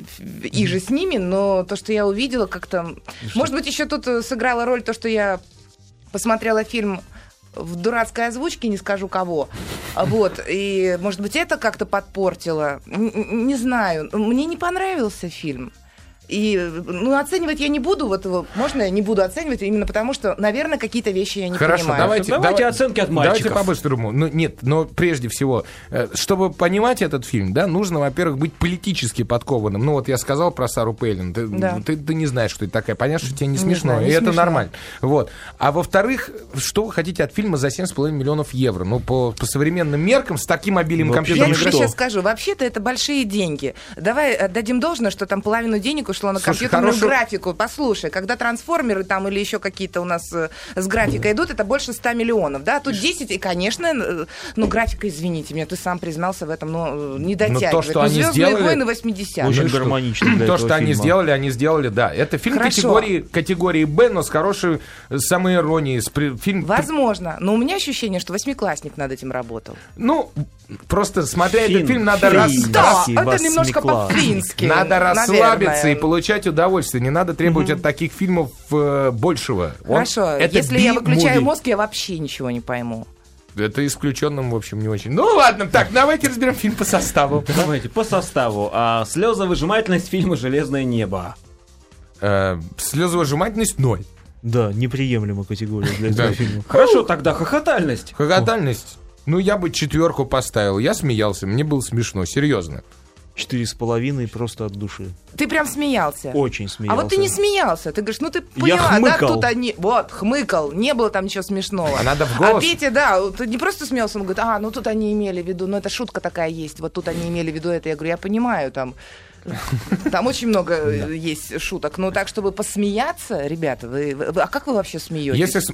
и же с ними, но то, что я увидела, как-то... Может быть, еще тут э, сыграла роль то, что я посмотрела фильм в дурацкой озвучке, не скажу кого. А Вот, и, может быть, это как-то подпортило. Н- н- Не знаю. Ну, Мне не понравился фильм. И, ну, оценивать я не буду, вот его, можно я не буду оценивать, именно потому что, наверное, какие-то вещи я не
Хорошо,
понимаю.
давайте,
Давайте
давай-
оценки от
Давайте
мальчиков.
по-быстрому. Ну, нет, но прежде всего, э, чтобы понимать этот фильм, да, нужно, во-первых, быть политически подкованным. Ну, вот я сказал про Сару Пейлин. Ты,
Да.
ты- ты не знаешь, что это такая. Понятно, что тебе не смешно.
знаю, не
и это
смешно.
нормально. Вот. А во-вторых, что вы хотите от фильма за 7,5 миллионов евро? Ну, по, по современным меркам, с таким обилием
Ну,
Я
компьютерных
Потому
тебе
что-
сейчас скажу, вообще-то это большие деньги. Давай отдадим должное, что там половину денег ушло на
Слушай,
компьютерную
хорошо.
графику. Послушай, когда трансформеры там или еще какие-то у нас э, с графикой идут, это больше 100 миллионов, да? Тут 10, и, конечно, э, ну, графика, извините меня, ты сам признался в этом, но э, не дотягивает.
Ну, то, что они
«Звездные
сделали-
войны» 80
Очень
Ну и что?
гармонично для
То,
этого
что они
фильма.
сделали, они сделали, да. Это фильм
Хорошо.
категории, категории Б, но с хорошей э, самоиронией. С при- фильм
Возможно, но у меня ощущение, что восьмиклассник над этим работал.
Ну, просто смотря
Фильм.
этот фильм, надо,
Фильм.
рас...
Да,
Спасибо,
это немножко
восьмиклассник.
по-фински.
надо расслабиться
наверное.
и получать удовольствие. Не надо требовать от таких фильмов э, большего. Он-
Хорошо,
это
если я выключаю
B-movie.
мозг, я вообще ничего не пойму.
Это исключенным, в общем, не очень. Ну ладно, так, давайте разберем фильм по составу.
Давайте по составу. А, слезовыжимательность фильма «Железное небо».
Э, Слезовыжимательность ноль.
Да, неприемлемая категория для
Да.
этого фильма.
Хорошо, тогда хохотальность.
Хохотальность. Ну, я бы четверку поставил. Я смеялся, мне было смешно, серьезно.
Четыре с половиной просто от души.
Ты прям смеялся.
Очень
А
смеялся.
вот ты не смеялся. Ты говоришь, ну ты
Я
поняла, да,
хмыкал.
тут они... Вот, хмыкал, не было там ничего смешного.
А надо в голос.
А Петя, да, ты не просто смеялся, он говорит, а, ну тут они имели в виду, ну это шутка такая есть, вот тут они имели в виду это. Я говорю, я понимаю, там... Там очень много э, есть шуток. Ну так, чтобы посмеяться, ребята, вы... вы- А как вы вообще смеетесь?
Если с-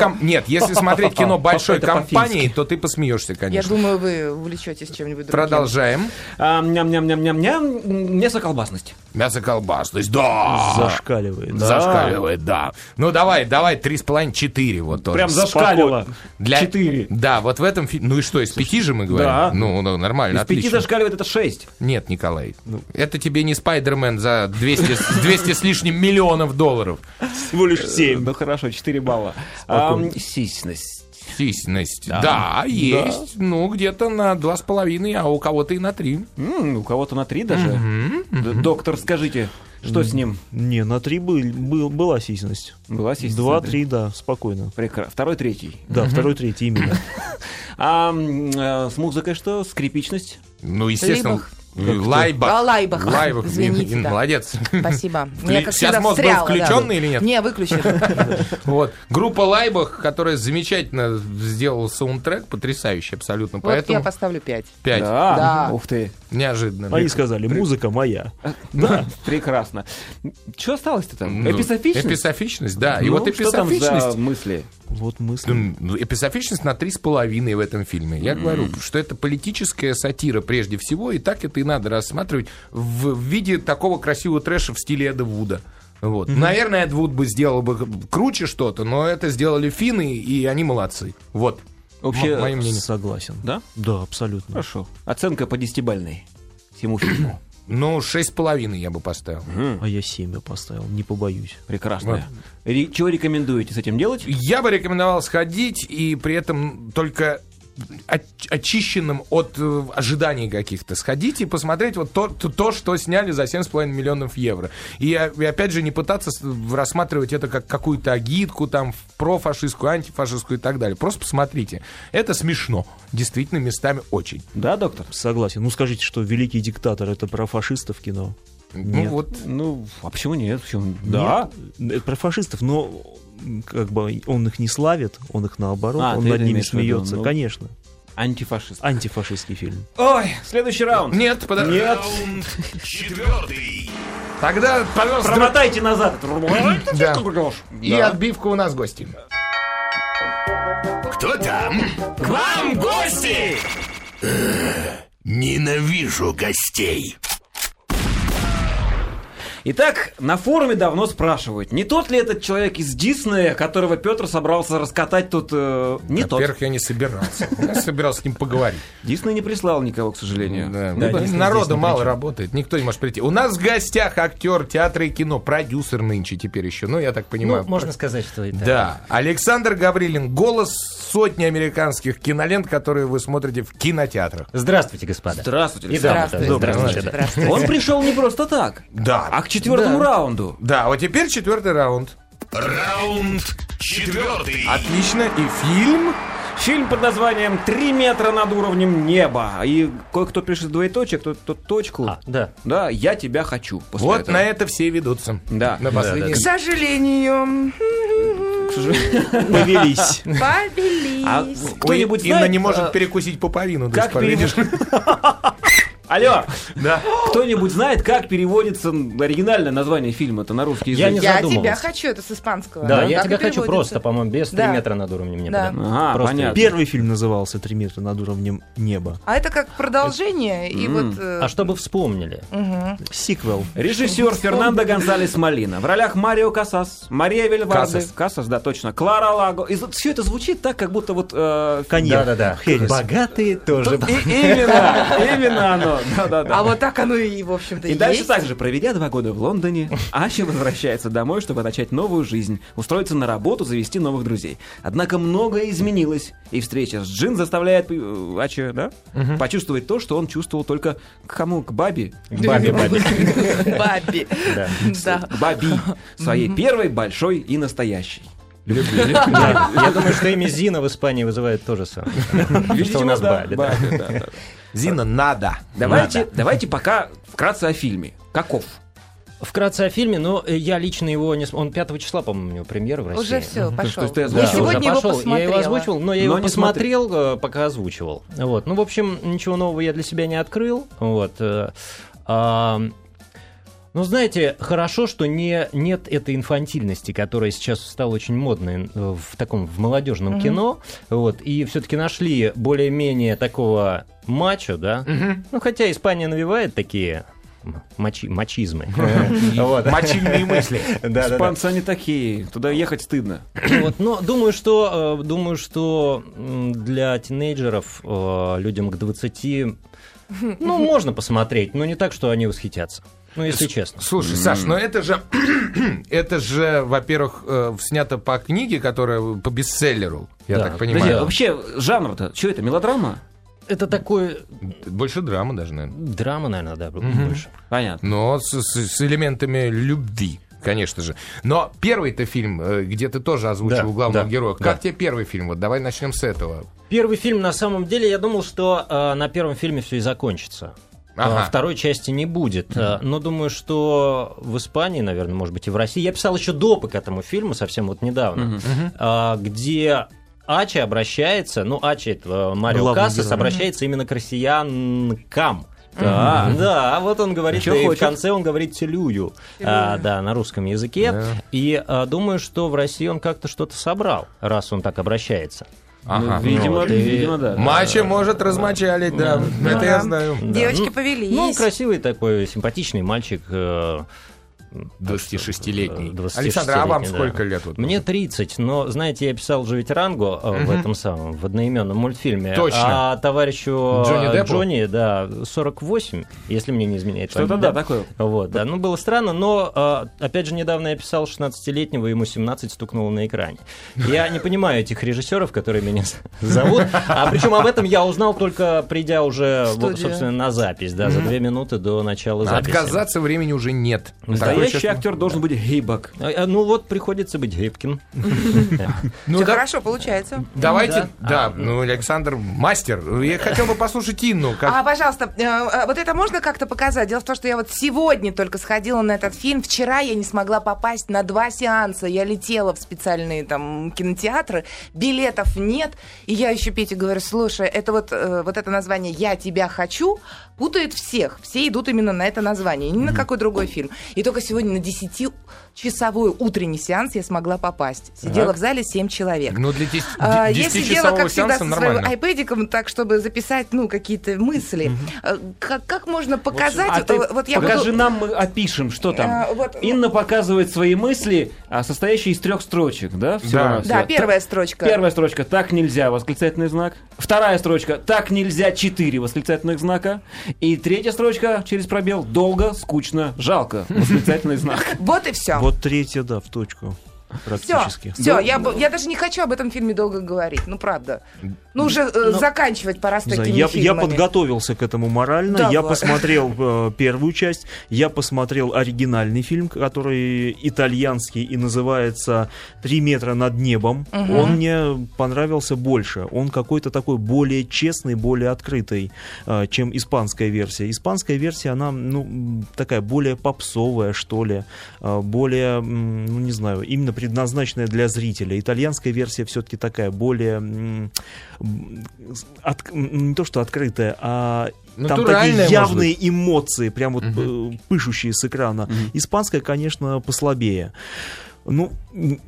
ком- Нет, если смотреть кино большой
Это по-фински.
компании, то ты посмеешься,
Я
конечно.
думаю, вы увлечетесь чем-нибудь другим.
Продолжаем.
А, ням-ням-ням-ням-ням. Мясо-колбасность.
Мясо колбас. То есть, да!
Зашкаливает. А, да.
Зашкаливает, да. Ну давай, давай, три с половиной, четыре вот тоже.
Прям зашкалило.
Для-
Четыре.
Да, вот в этом фильме. Ну и что, из пяти же мы говорим?
да.
Ну, ну, нормально,
Из пяти Ну.
отлично.
зашкаливает это шесть.
Нет, Николай, это тебе не Спайдермен за 200, с- 200 с лишним миллионов долларов.
Всего лишь семь.
Ну хорошо, 4 балла. Ам, А, сисьность.
Античность. Да, есть. Ну, где-то на два с половиной, а у кого-то и на три.
М, у кого-то на три даже. Д- Доктор, скажите, что с ним?
Не, на три был, был- была сисность.
Была сесть.
Два,
смотри.
три, да, спокойно.
Прекра- Второй, третий.
Да, второй, третий именно.
А м, э, с музыкой что? Скрипичность?
Ну, естественно.
Лейбах.
Лайбах.
А, Лайбах.
Лайбах.
Извините,
Ин-
да.
Молодец.
Спасибо. Я, как
Сейчас
всегда,
мозг был
встряла, да.
включенный или нет?
Не, выключили.
Вот. Группа Лайбах, которая замечательно сделала саундтрек, потрясающий абсолютно.
Вот я
Поэтому
поставлю 5.
5.
Да.
Да.
Ух ты.
Неожиданно.
Они сказали, музыка моя.
Да. Прекрасно. Что осталось-то там?
Ну,
Эписофичность?
Эписофичность, да. И
Ну,
вот
что там за
эписофичность...
мысли?
Вот мысли.
Ну, Эписофичность на три с половиной в этом фильме. Я говорю, что это политическая сатира прежде всего, и так это и надо рассматривать в в виде такого красивого трэша в стиле Эда Вуда. Вот. Наверное, Эд Вуд бы сделал бы круче что-то, но это сделали финны, и они молодцы. Вот.
Вообще,
М- мое мнение.
Согласен.
Да?
Да, абсолютно.
Хорошо. Оценка по десятибальной всему фильму.
Ну, шесть с половиной я бы поставил.
А я семя поставил, не побоюсь.
Прекрасно. Ре- Чего рекомендуете с этим делать?
Я бы рекомендовал сходить и при этом только от- очищенным от э, ожиданий каких-то. Сходить и посмотреть вот то, то, то, что сняли за 7,5 миллионов евро. И, а, и опять же не пытаться с- рассматривать это как какую-то агитку там профашистскую, антифашистскую и так далее. Просто посмотрите. Это смешно. Действительно, местами очень.
Да, доктор?
Согласен. Ну скажите, что великий диктатор это про фашистов кино.
Ну
Нет.
вот.
Ну, а почему нет? Почему? Да.
Нет, это про фашистов, но м, как бы он их не славит, он их наоборот,
А,
он
ты
над
это
ними
имеешь в виду,
смеется.
ну.
Конечно.
Антифашист.
Антифашистский фильм.
Ой, следующий раунд.
Нет, подожди.
Раунд четвертый.
Тогда, пожалуйста,
Промотайте назад.
Да. и
Да.
отбивка у нас гости.
Кто там?
К вам гости!
Э, Ненавижу гостей.
Итак, на форуме давно спрашивают, не тот ли этот человек из Диснея, которого Петр собрался раскатать тут... э, не тот.
Во-первых, я не собирался. Я собирался с ним поговорить.
Дисней не прислал никого, к сожалению.
Да,
Да,
ну,
Дисней
народа
здесь не
мало
причём.
работает, никто не может прийти. У нас в гостях актер театра и кино, продюсер нынче теперь еще, ну, я так понимаю.
Ну, можно сказать, что это.
Да, Александр Гаврилин, голос сотни американских кинолент, которые вы смотрите в кинотеатрах.
Здравствуйте, господа.
Здравствуйте,
И
Александр.
дамы тоже.
Добрый
Здравствуйте. да.
Он пришел не просто так,
Да.
а к четвертому раунду.
Да, вот теперь четвертый раунд.
Раунд четвертый.
Отлично, и фильм.
Фильм под названием «Три метра над уровнем неба». И кое-то пишет двоеточие, кто-то точку.
А, да.
Да, «Я тебя хочу». после
вот
этого.
на это все и ведутся.
Да.
На последний.
К сожалению,
К сожалению.
Повелись.
А
повелись.
ну,
кто-нибудь
У Инна
знает,
не может
а,
перекусить пуповину. до сих
как
пор, видишь?
переводится... Алло,
Да.
кто-нибудь знает, как переводится оригинальное название фильма-то на русский язык?
Я не
Я
задумывался.
тебя хочу, это с испанского.
Да,
Так
я
и
тебя хочу
переводится.
просто, по-моему, без 3
А Да.
метра над уровнем
Да.
неба.
Ага,
Просто
понятно.
Первый фильм назывался «Три метра над уровнем неба».
А это как продолжение, и вот... э,
А чтобы вспомнили.
Сиквел.
Режиссер Фернандо Гонсалес Малина. В ролях Марио Касас, Мария Вильварде.
Касас.
Касас, да, точно. Клара Лаго. все это звучит так, как будто вот... э,
Коньяк.
Да-да-да.
Херес.
Богатые тоже.
и- Именно, именно оно. Да-да-да.
А вот так оно и, в общем-то,
И дальше
есть.
также, проведя два года в Лондоне, Ася возвращается домой, чтобы начать новую жизнь, устроиться на работу, завести новых друзей. Однако многое изменилось, и встреча с Джин заставляет э, Ача, да, почувствовать то, что он чувствовал только к кому? К Баби?
Бабе, бабе.
Бабби.
Да.
Да.
К Баби. Своей первой, большой и настоящей.
Да. Я думаю, что имя Зина в Испании вызывает то же самое. Что у
Видимо,
нас
да,
Бабе. да.
Баби, да, да.
Зина, надо.
Давайте, давайте пока вкратце о фильме. Каков?
Вкратце о фильме, но э, я лично его не... см- Он 5 числа, по-моему, у него премьера в России.
Уже все, пошел.
что ты
Я
Да,
озвучил?
уже
сегодня его
пошел. Я его
посмотрела.
озвучивал, но я
Но
его
не
посмотрел, э, пока озвучивал. Вот. Ну, в общем, ничего нового я для себя не открыл. Вот. э, а, ну, знаете, хорошо, что не, нет этой инфантильности, которая сейчас стала очень модной э, в таком в молодежном кино. Вот, и все-таки нашли более-менее такого мачо, да? Ну, хотя Испания навевает такие м- мачи- мачизмы. Вот.
Мочильные мысли.
Да-да-да.
Испанцы они такие, туда ехать стыдно.
Вот, но думаю, что э, думаю, что м, для тинейджеров, э, людям к 20, ну, можно посмотреть, но не так, что они восхитятся. Ну, если честно.
Слушай, Саш, но это же, это же, во-первых, э, снято по книге, которая по бестселлеру, я
Да.
так
Да
понимаю.
нет, вообще, жанр-то, что это, мелодрама?
Это такое...
Больше драмы даже, наверное.
Драма, наверное, да, больше.
Понятно.
Но с, с- с элементами любви, конечно же. Но первый-то фильм, э, где ты тоже озвучил
Да,
главного
да,
героя.
да.
Как тебе первый фильм? Вот давай начнем с этого.
Первый фильм, на самом деле, я думал, что э, на первом фильме все и закончится.
Ага.
А, Второй части не будет. Э, Но думаю, что в Испании, наверное, может быть, и в России. Я писал еще допы к этому фильму совсем вот недавно, а, где Ачи обращается, ну, Ачи, это э, Марио
Главный
Кассас,
герой.
обращается именно к россиянкам.
Да.
Да, вот он говорит,
Чё
и в
хочет.
конце он говорит «телюю», А, да, на русском языке.
Да.
И а, думаю, что в России он как-то что-то собрал, раз он так обращается.
Ага.
Ну, видимо,
Вот, и-
видимо, да.
э,
Мачо может размочалить, да. Это я знаю.
Девочки
ну,
повелись.
Ну, он красивый такой, симпатичный мальчик. э,
26-летний.
26-летний,
Александр, а вам
да.
сколько лет? вот?
Мне 30, но, знаете, я писал же ведь Ранго э, в этом самом, в одноименном мультфильме.
Точно.
А товарищу э,
Джонни Деппу?
Джонни, да, 48, если мне не изменяет
Что-то
память,
да, такое.
Вот, да, ну было странно, но, э, опять же, недавно я писал 16-летнего, ему 17 стукнуло на экране. Я не понимаю этих режиссеров, которые меня зовут, а причем об этом я узнал только придя уже, вот,
Студия.
собственно, на запись, да, за две минуты до начала записи.
Отказаться времени уже нет. Такое
Настоящий
чувство.
актер должен быть гейбок.
Э, э, Ну вот, приходится быть Грибкин.
Ну,
Всё
да-
хорошо получается.
Давайте,
Да.
да, ну Александр мастер. Я хотел бы послушать Инну. как-
А, пожалуйста, э, э, вот это можно как-то показать? Дело в том, что я вот сегодня только сходила на этот фильм. Вчера я не смогла попасть на два сеанса. Я летела в специальные там кинотеатры, билетов нет. И я еще Пете говорю, слушай, это вот, э, вот это название «Я тебя хочу» путает всех. Все идут именно на это название, ни на какой другой фильм. И только сегодня на 10-часовой утренний сеанс я смогла попасть. Сидела в зале 7 человек.
Ну, для 10
А,
де-
Я сидела,
10-часового
как всегда, со
сеанса
своим
нормально.
айпэдиком, так, чтобы записать, ну, какие-то мысли. А, Как, как можно показать?
А ты
э, вот я
покажи
буду-
нам, мы опишем, что там.
Э, вот-
Инна показывает свои мысли, а, состоящие из трех строчек, да? всего
Да.
навсего?
Да,
Та-
первая строчка.
Первая строчка «Так нельзя!» восклицательный знак. Вторая строчка «Так нельзя!» четыре восклицательных знака. И третья строчка через пробел «Долго, скучно, жалко!» восклицательный знак.
Вот и все.
Вот третья, да, в точку.
Все,
Практически.
все, я, б- я даже не хочу об этом фильме долго говорить, ну правда. Ну уже э, заканчивать пора с
Не знаю,
такими
я, я
фильмами.
подготовился к этому морально. Я
Давай.
посмотрел э, первую часть, я посмотрел оригинальный фильм, который итальянский и называется «Три метра над небом». Он мне понравился больше. Он какой-то такой более честный, более открытый, э, чем испанская версия. Испанская версия, она ну, м, такая более попсовая, что ли, э, более, м, ну не знаю, именно предназначенная для зрителя. Итальянская версия все-таки такая более... м, м, с- от- м, не то что открытая, а там
Натуральная,
такие
может
явные эмоции, прям вот э, пышущие с экрана. Испанская, конечно, послабее. Ну, м,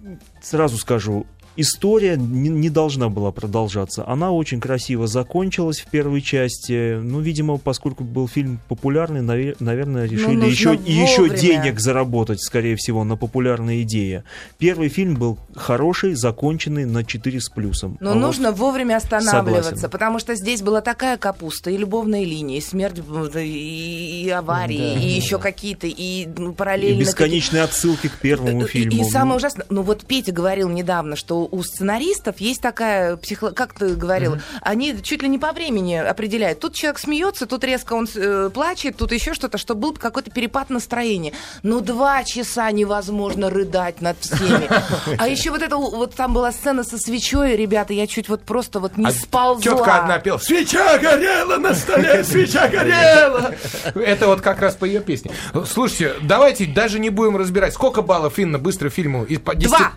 сразу скажу, история не, не должна была продолжаться. Она очень красиво закончилась в первой части. Ну, видимо, поскольку был фильм популярный, наве- наверное, решили
Ну, нужно
еще, и еще
вовремя.
денег заработать, скорее всего, на популярные идеи. Первый фильм был хороший, законченный на 4 с плюсом. А
Но
вот
Ну, нужно вовремя останавливаться,
Согласен.
потому что здесь была такая капуста, и любовные линии, и смерть, м, да, и, и аварии,
Да.
и еще какие-то, и ну,
И
параллельно... какие-
бесконечные отсылки к первому
э, И-
фильму.
И
Ну,
самое ужасное, ну вот Петя говорил недавно, что у сценаристов есть такая психо... Как ты говорил? Они чуть ли не по времени определяют. Тут человек смеется, тут резко он э, плачет, тут еще что-то, чтобы был какой-то перепад настроения. Но два часа невозможно рыдать над всеми. А еще вот это, вот там была сцена со свечой, ребята, я чуть вот просто вот не
А
сползла.
Тетка одна пела. Свеча горела на столе, свеча горела. Это вот как раз по ее песне. Слушайте, давайте даже не будем разбирать. Сколько баллов, Инна, быстро фильму? Из- по десяти-
Два.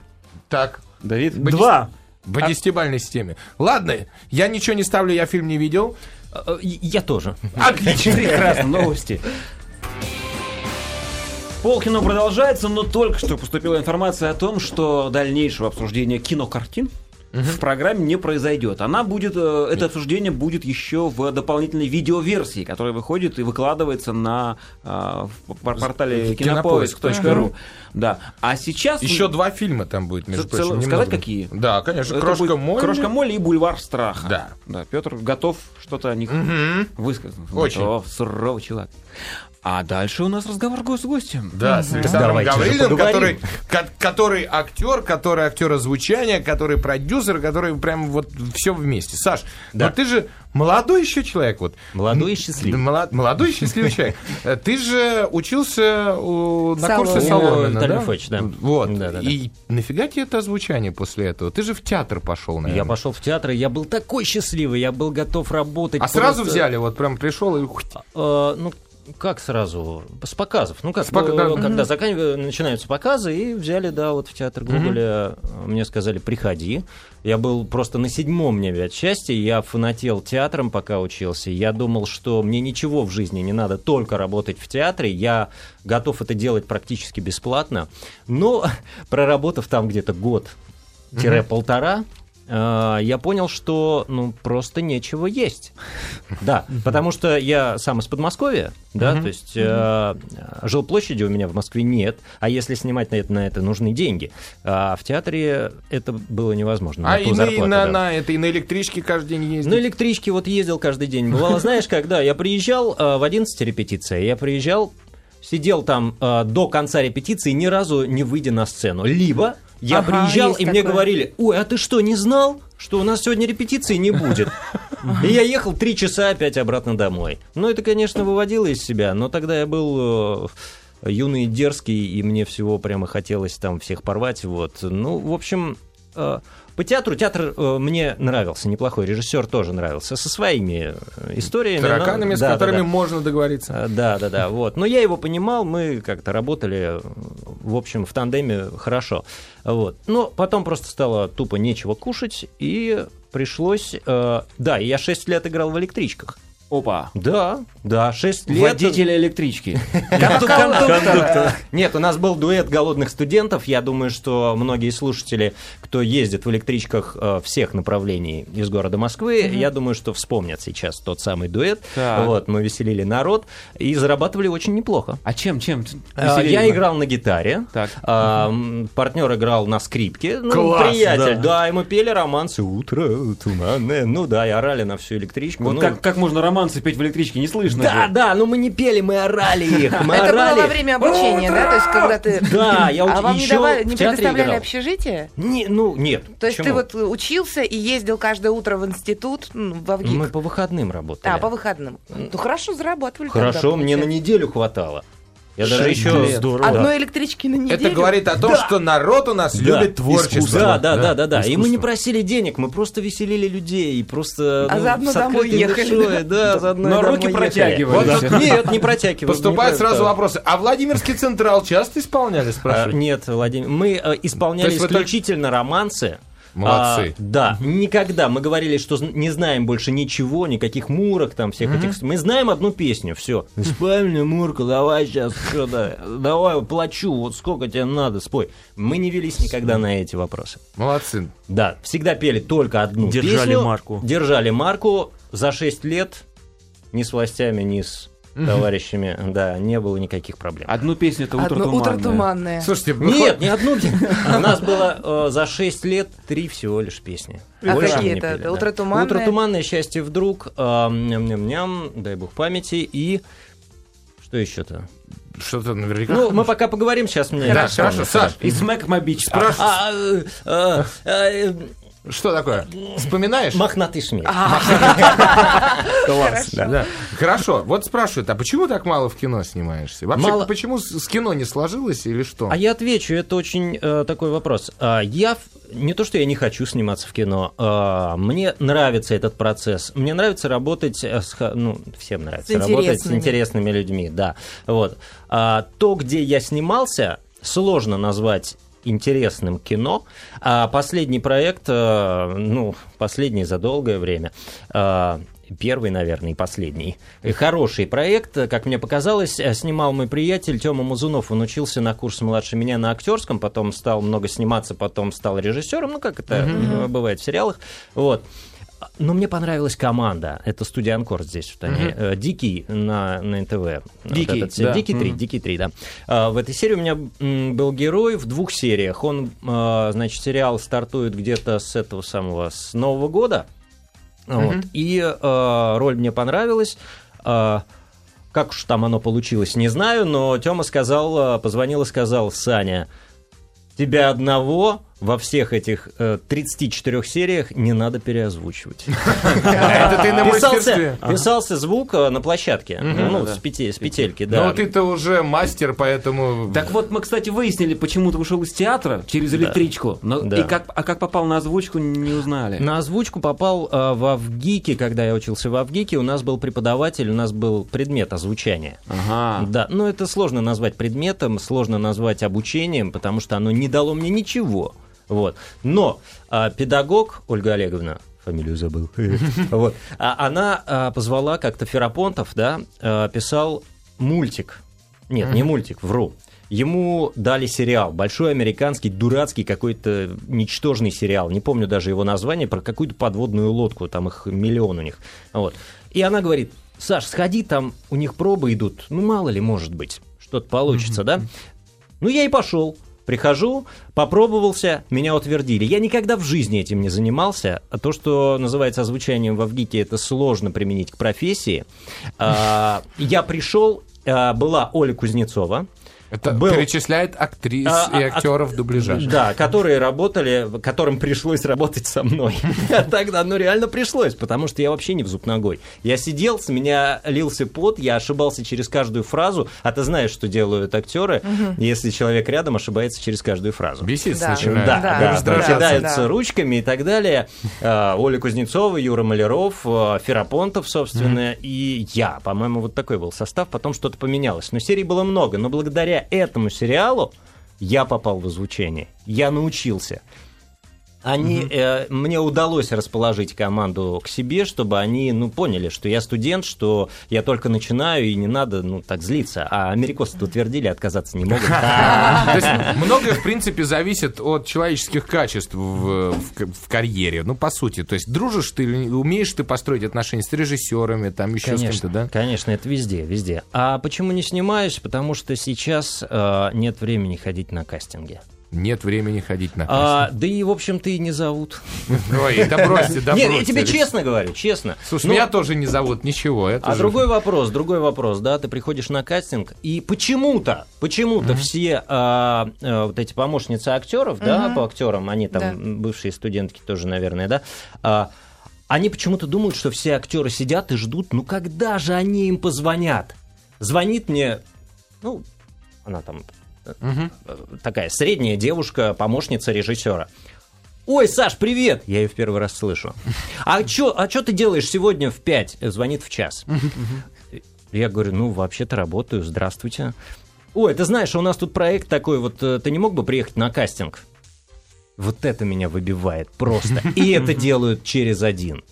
Так,
Давид?
Б-
Два.
по
А
десятибальной системе. Ладно, я ничего не ставлю, я фильм не видел.
Э, э, Я тоже.
Отлично.
Прекрасно, новости. Полкино продолжается, но только что поступила информация о том, что дальнейшего обсуждения кинокартин в программе не произойдет. Она будет, э, это обсуждение будет еще в дополнительной видеоверсии, которая выходит и выкладывается на э, в пор- портале
Э, Кинопоиск.
кинопоиск.ру. Да. А сейчас
Еще два фильма там будет, между
Ц-
прочим.
целых-
немного.
сказать, какие?
Да, конечно.
Это
Крошка
будет
Молли.
Крошка Молли и Бульвар Страха.
Да.
Да, Петр готов что-то о них
Мгм.
высказать.
Очень.
Готов, суровый человек. А дальше у нас разговор го- с гостем.
Да, с Александром
Давайте же
Гаврилиным, который,
поговорим.
ко- который актер, который актер озвучания, который продюсер, который прям вот все вместе. Саш,
Да.
но ты же молодой еще человек. Вот.
Молодой и
Да,
счастливый.
молод- молодой и счастливый человек. Э, Ты же учился у- на
Соломина.
курсе
У
Соломина,
Виталия
да?
Львовича, да.
Вот.
Да, да, да.
И нафига тебе это озвучание после этого? Ты же в театр пошел, наверное.
Я пошел в театр, и я был такой счастливый, я был готов работать.
А сразу
просто-
взяли, вот прям пришел и... хуй.
Э, ну, как сразу? С показов. Ну, как,
С пока-
э,
да.
когда заканив- начинаются показы, и взяли, да, вот в театр Гоголя. э, Мне сказали, приходи. Я был просто на седьмом небе от счастья. Я фанател театром, пока учился. Я думал, что мне ничего в жизни не надо, только работать в театре. Я готов это делать практически бесплатно. Но проработав там где-то год-полтора, э, я понял, что ну просто нечего есть. Да, потому что я сам из Подмосковья, да, то есть э, жилплощади у меня в Москве нет, а если снимать на это, на это нужны деньги. А в театре это было невозможно.
А
на
и
ту
на, и
зарплату,
на,
да.
на это, и на электричке каждый день ездить.
Ну, электрички вот ездил каждый день. Бывало, знаешь, когда я приезжал э, в 11 репетиция, я приезжал, сидел там э, до конца репетиции, ни разу не выйдя на сцену. Либо я
Ага,
приезжал,
есть
и мне
такое.
говорили, ой, а ты что, не знал, что у нас сегодня репетиции не будет? И я ехал три часа опять обратно домой. Ну, это, конечно, выводило из себя, но тогда я был... э, юный и дерзкий, и мне всего прямо хотелось там всех порвать, вот. Ну, в общем, э, по театру театр э, мне нравился, неплохой режиссер тоже нравился, со своими э, историями. но-
тараканами, с
да, да,
которыми
да.
можно договориться.
Э, Да, да, да, вот. Но я его понимал, мы как-то работали, э, в общем, в тандеме хорошо. Вот. Но потом просто стало тупо нечего кушать, и пришлось... э, да, и я 6 лет играл в электричках.
Опа.
Да, да, 6 лет.
Водителя электрички.
Кондуктор. Нет, у нас был дуэт голодных студентов. Я думаю, что многие слушатели, кто ездит в электричках э, всех направлений из города Москвы, я думаю, что вспомнят сейчас тот самый дуэт.
Так.
Вот, мы веселили народ и зарабатывали очень неплохо.
А чем, чем? Веселее
А, Я
было.
играл на гитаре,
Так.
а, м, партнер играл на скрипке, ну,
Класс,
приятель, да. и мы пели романсы «Утро туманное», ну да, и орали на всю электричку.
Вот
ну,
как, как можно романсы петь в электричке, не слышно
да,
же.
да, но мы не пели, мы орали их, мы
Это было
орали.
во время обучения, да? То есть, когда ты...
Да, я
А
уч-
вам не,
еще
давали-
в
не
театре
предоставляли
играл.
общежитие?
Не, ну, нет.
То есть
почему?
ты вот э, учился и ездил каждое утро в институт, ну, во ВГИК?
Мы по выходным работали.
А, по выходным. Ну, хорошо зарабатывали.
Хорошо,
тогда,
мне на
получается.
неделю хватало. Я даже
Шесть
еще...
лет. Здорово.
А Да.
Одной электрички на неделю?
Это говорит о том, что народ у нас
Да.
любит творчество.
Искусство.
Да, да, да, да, да. И мы не
Искусство.
просили денег, мы просто веселили людей и просто
А
ну,
заодно
с открытой
домой ехали.
душой, да, заодно
Но
и домой
руки
ехали.
протягивали.
Вот
Да.
тут- Нет, не протягивали.
Поступают
не
сразу
протягивали.
вопросы. А Владимирский Централ часто исполняли,
А,
спрашивают?
Нет, Владимир, мы э, исполняли
То есть вы только-
исключительно романсы.
Молодцы.
А, да, никогда. Мы говорили, что зн- не знаем больше ничего, никаких мурок там всех этих. Мы знаем одну песню, все. Спой мне мурка, давай сейчас, давай, плачу, вот сколько тебе надо, спой. Мы не велись никогда на эти вопросы.
А, Молодцы.
Да, всегда пели только одну
Держали
песню.
марку.
Держали марку за 6 лет ни с властями, ни с товарищами, да, не было никаких проблем.
Одну песню это утро
Одно утро
туманное.
туманное.
Слушайте, ну,
Нет,
хоть-
не одну. У нас было э, за 6 лет три всего лишь песни.
А
Больше
какие
мы не
это?
пели, да.
«Утро туманное»?
Утро туманное, счастье вдруг, э, ням-ням-ням, дай бог памяти и... Что еще-то?
что-то наверняка...
Ну, мы пока поговорим, сейчас мне...
да,
вспомню.
хорошо. Саш,
И Smack My Beach.
А, э, э, э,
что такое? Вспоминаешь?
Мохнатый шмель.
А. Класс, да. Да. Хорошо. Вот спрашивают, а почему так мало в кино снимаешься? Вообще,
Мало-
почему с с кино не сложилось или что?
А я отвечу, это очень э, такой вопрос. А, я в- не то, что я не хочу сниматься в кино, а, мне нравится этот процесс, мне нравится работать, э, с ха- ну всем нравится
С
работать с
интересными.
интересными людьми, да. Вот А, то, где я снимался, сложно назвать интересным кино. А последний проект, э, ну последний за долгое время. э, Первый, наверное, и последний. И Хороший проект, э, как мне показалось, э, снимал мой приятель Тёма Музунов. Он учился на курс младше меня на актерском, потом стал много сниматься, потом стал режиссером, ну, как это э, бывает в сериалах. Вот. Но мне понравилась команда. Это студия Анкор здесь, в Тане. Э, Дикий на, на НТВ. Вот
Дикий,
этот сериал.
да.
Дикий 3, Дикий 3, да. А, в этой серии у меня м, был герой в двух сериях. Он, а, значит, сериал стартует где-то с этого самого, с Нового года. Вот. И э, роль мне понравилась. А, Как уж там оно получилось, не знаю, но Тёма сказал, э, позвонил и сказал, Саня, тебя одного во всех этих э, 34 сериях не надо переозвучивать.
Это ты на мастерстве.
Писался, А. писался звук э, на площадке, ну,
Да-да.
с пяти- с петельки, да.
Ну, ты-то уже мастер, поэтому...
Так вот, мы, кстати, выяснили, почему ты ушел из театра через электричку. Но,
Да.
и как, а как попал на озвучку, не узнали.
На озвучку попал э, в Авгике, когда я учился в Авгике. У нас был преподаватель, у нас был предмет озвучания.
Ага.
Да, но это сложно назвать предметом, сложно назвать обучением, потому что оно не дало мне ничего. Вот. Но а, педагог Ольга Олеговна, фамилию забыл, вот, а, она а, позвала как-то Ферапонтов, да, а, писал мультик. Нет, не мультик, вру. Ему дали сериал, большой американский, дурацкий какой-то ничтожный сериал, не помню даже его название, про какую-то подводную лодку, там их миллион у них. Вот. И она говорит, Саш, сходи, там у них пробы идут, ну мало ли, может быть, что-то получится, да? Ну я и пошел. Прихожу, попробовался, меня утвердили. Я никогда в жизни этим не занимался. А То, что называется озвучанием в Авгике, это сложно применить к профессии. А, Я пришел, а, была Оля Кузнецова,
Это
был-
перечисляет актрис
А,
и
а, ак-
актеров дубляжа.
да, которые работали, которым пришлось работать со мной. Тогда, ну, реально пришлось, потому что я вообще не в зуб ногой. Я сидел, с меня лился пот, я ошибался через каждую фразу, а ты знаешь, что делают актеры, если человек рядом ошибается через каждую фразу.
Беситься
Да.
начинает.
Да,
Да,
да,
раздражаться.
кидаются
Да.
ручками и так далее. Э, Оля Кузнецова, Юра Маляров, э, Ферапонтов, собственно, и я. По-моему, вот такой был состав. Потом что-то поменялось. Но серий было много. Но благодаря этому сериалу я попал в озвучение. Я научился. Они, э, мне удалось расположить команду к себе, чтобы они, ну, поняли, что я студент, что я только начинаю и не надо, ну, так злиться. А америкосы тут твердили, отказаться не могут.
То есть многое, в принципе, зависит от человеческих качеств в, в к- в карьере. Ну, по сути. То есть, дружишь ты или не- умеешь ты построить отношения с режиссерами, там еще с
Конечно,
кем-то, да?
конечно, это везде, везде. А почему не снимаюсь? Потому что сейчас э, нет времени ходить на кастинги.
Нет времени ходить на
А, да и, в общем-то, и не зовут.
кастинг. Ой, да бросьте, да
нет, я
бросьте.
тебе честно говорю, честно.
Слушай,
Ну,
меня тоже не зовут, ничего. Это
а
же-
другой вопрос, другой вопрос, да, ты приходишь на кастинг, и почему-то, почему-то все а, а, вот эти помощницы актеров, да,
Мгм.
по актерам, они там
Да.
м, бывшие студентки тоже, наверное, да, а, они почему-то думают, что все актеры сидят и ждут, ну когда же они им позвонят? Звонит мне, ну, она там
Мгм.
э, такая средняя девушка, помощница режиссера. Ой, Саш, привет! Я ее в первый раз слышу. А чё, а чё ты делаешь сегодня в 5? Звонит в час. Я говорю, ну, вообще-то работаю, здравствуйте. Ой, ты знаешь, у нас тут проект такой, вот э, ты не мог бы приехать на кастинг? Вот это меня выбивает просто. И это делают через один.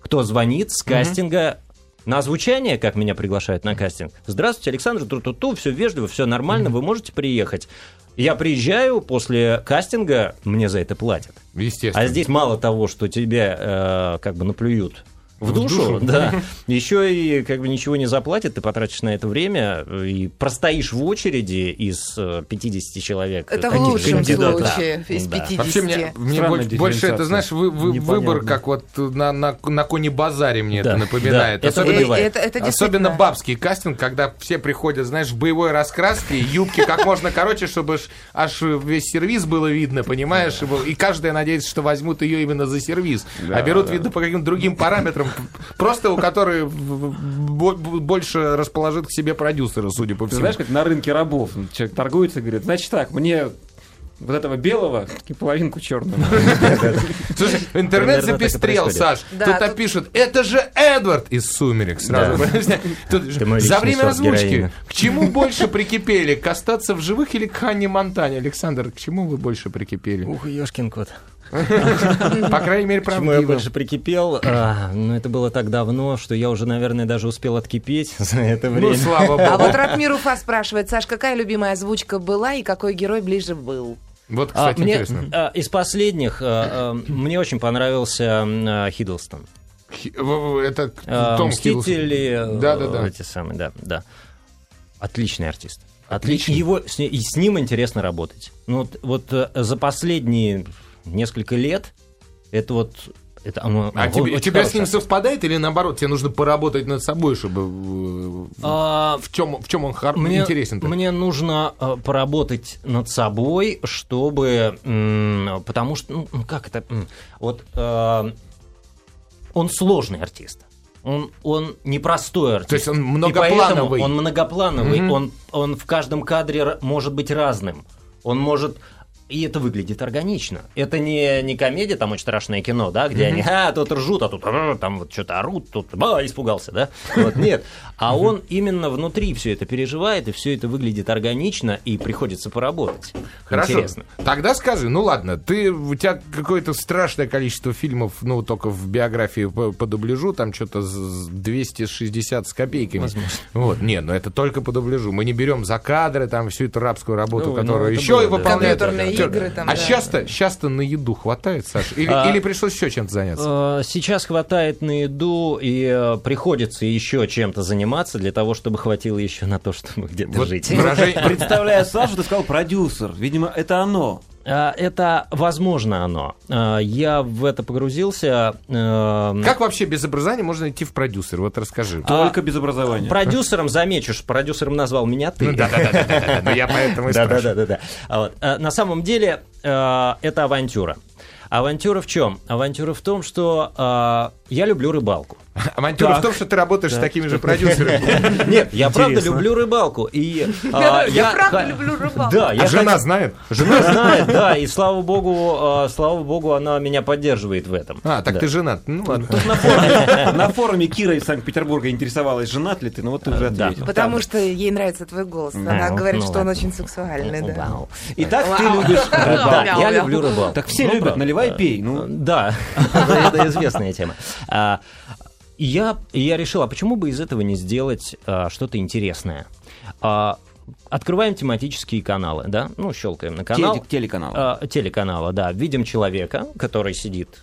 Кто звонит с кастинга на озвучание, как меня приглашают на кастинг. Здравствуйте, Александр, тру-ту-ту, все вежливо, все нормально, вы можете приехать. Я приезжаю после кастинга, мне за это платят.
Естественно.
А здесь мало того, что тебе э, как бы наплюют в душу, да, еще и как бы ничего не заплатят, ты потратишь на это время э, и простоишь в очереди из э, 50 человек. э,
Это в
таких
лучшем
кандидатов.
случае
Да,
из Э,
да.
50.
Вообще мне, мне
Странная
больш- больше,
дифференциация.
это, знаешь, вы- вы- выбор,
Непонятно.
как вот на, на, на коне-базаре мне
Да,
это напоминает.
да, это
Особенно-
выбивает.
это, это
Особенно
действительно-
бабский кастинг, когда все приходят, знаешь, в боевой раскраске, юбки как можно короче, чтобы аж- аж весь сервис было видно, понимаешь? И каждая надеется, что возьмут ее именно за сервис. А берут, видно, по каким-то другим параметрам, просто у которой в- в- бо- больше расположит к себе продюсера, судя по
Ты
всему.
знаешь, как на рынке рабов человек торгуется и говорит, значит так, мне вот этого белого и половинку черного.
Слушай, интернет
Примерно так и
запестрел,
происходит.
Саш.
Да,
Тут
тут-
опишут, это же Эдвард из «Сумерек». Сразу понимаешь? Тут же
Это мой
За
личный
время
сорт
озвучки
героина.
к чему больше прикипели? К остаться в живых или к Ханне Монтане? Александр, к чему вы больше прикипели?
Ух, ёшкин кот.
По крайней мере,
Почему я
правдиво.
больше прикипел? А, ну, это было так давно, что я уже, наверное, даже успел откипеть за это
Ну,
время.
слава
А
богу.
вот Ратмир Уфа спрашивает, Саш, какая любимая озвучка была и какой герой ближе был?
Вот,
А,
кстати,
мне,
интересно.
а, из последних а, а, мне очень понравился а, Хиддлстон.
Хи- в- в- Это
А,
Том
Мстители. э,
Да-да-да.
Эти самые, да, да. Отличный артист.
Отличный.
Отличный. Его, с, ним- и с ним интересно работать. Ну, вот, вот, э, за последние несколько лет это вот Это, оно-
А
оно
тебе,
очень
у тебя с
хорошее.
ним совпадает или наоборот, тебе нужно поработать над собой, чтобы э,
А,
в чем в чем он хар...
мне,
интересен?
мне нужно э, поработать над собой, чтобы... м, Потому что... Ну, как это... м, Вот... э, он сложный артист. Он, он непростой артист.
То есть он
И поэтому
многоплановый.
он многоплановый.
Мгм.
Он, он в каждом кадре р- может быть разным. Он может... И это выглядит органично. Это не, не комедия, там очень страшное кино, да, где они, а, тут ржут, а тут «Р», там вот что-то орут, тут «Ба, испугался, да? Вот, нет. А он именно внутри все это переживает, и все это выглядит органично, и приходится поработать.
Хорошо.
Интересно.
Тогда скажи, ну ладно, ты у тебя какое-то страшное количество фильмов, ну только в биографии по, по дубляжу, там что-то с- с 260 с копейками. Вот, не, но это только по дубляжу. Мы не берем за кадры там всю эту рабскую работу,
Ну,
которую
ну, это
еще
было,
и
да.
выполняет.
Компьютерные
актер.
игры там,
а
да.
сейчас-то, сейчас-то на еду хватает, Саша? Или,
А-
или пришлось еще чем-то заняться?
Э, Сейчас хватает на еду, и э, приходится еще чем-то заниматься для того, чтобы хватило еще на то, чтобы где-то
Вот
жить.
выражение-
Представляя Сашу, ты сказал продюсер. Видимо, это оно.
А, Это, возможно, оно. А, Я в это погрузился. эм,
Как вообще без образования можно идти в продюсер? Вот расскажи.
Только без образования.
Продюсером, замечу, что продюсером назвал меня ты.
Ну да-да-да, ну я поэтому и спрашиваю.
Да-да-да-да. А вот, э, На самом деле э, это авантюра. Авантюра в чем? Авантюра в том, что э, я люблю рыбалку.
Авантюра в том, что ты работаешь с такими же продюсерами.
Нет, я правда
Интересно.
люблю рыбалку. И э,
Я правда
ха-
люблю рыбалку.
Да,
А
я
жена
хотел-
знает?
Жена знает, да, и слава богу, э, слава богу, она меня поддерживает в этом.
А, так
Да.
ты женат. Ну ладно.
На форуме, на форуме Кира из Санкт-Петербурга интересовалась, женат ли ты, ну вот ты уже
Да.
ответил.
Потому что ей нравится твой голос. Она
Ну,
говорит,
ну
что он
ладно.
очень сексуальный, да.
Вау.
Итак, ты
Вау.
любишь
Да,
рыбалку.
я люблю рыбалку.
Так все
Ну,
любят,
правда.
наливай и пей.
Э,
Ну,
Да, это известная тема. А, Я, я решил, а почему бы из этого не сделать а, что-то интересное? А, Открываем тематические каналы, да? Ну, щелкаем на канал.
теле- телеканал.
А, телеканала, да, видим человека, который сидит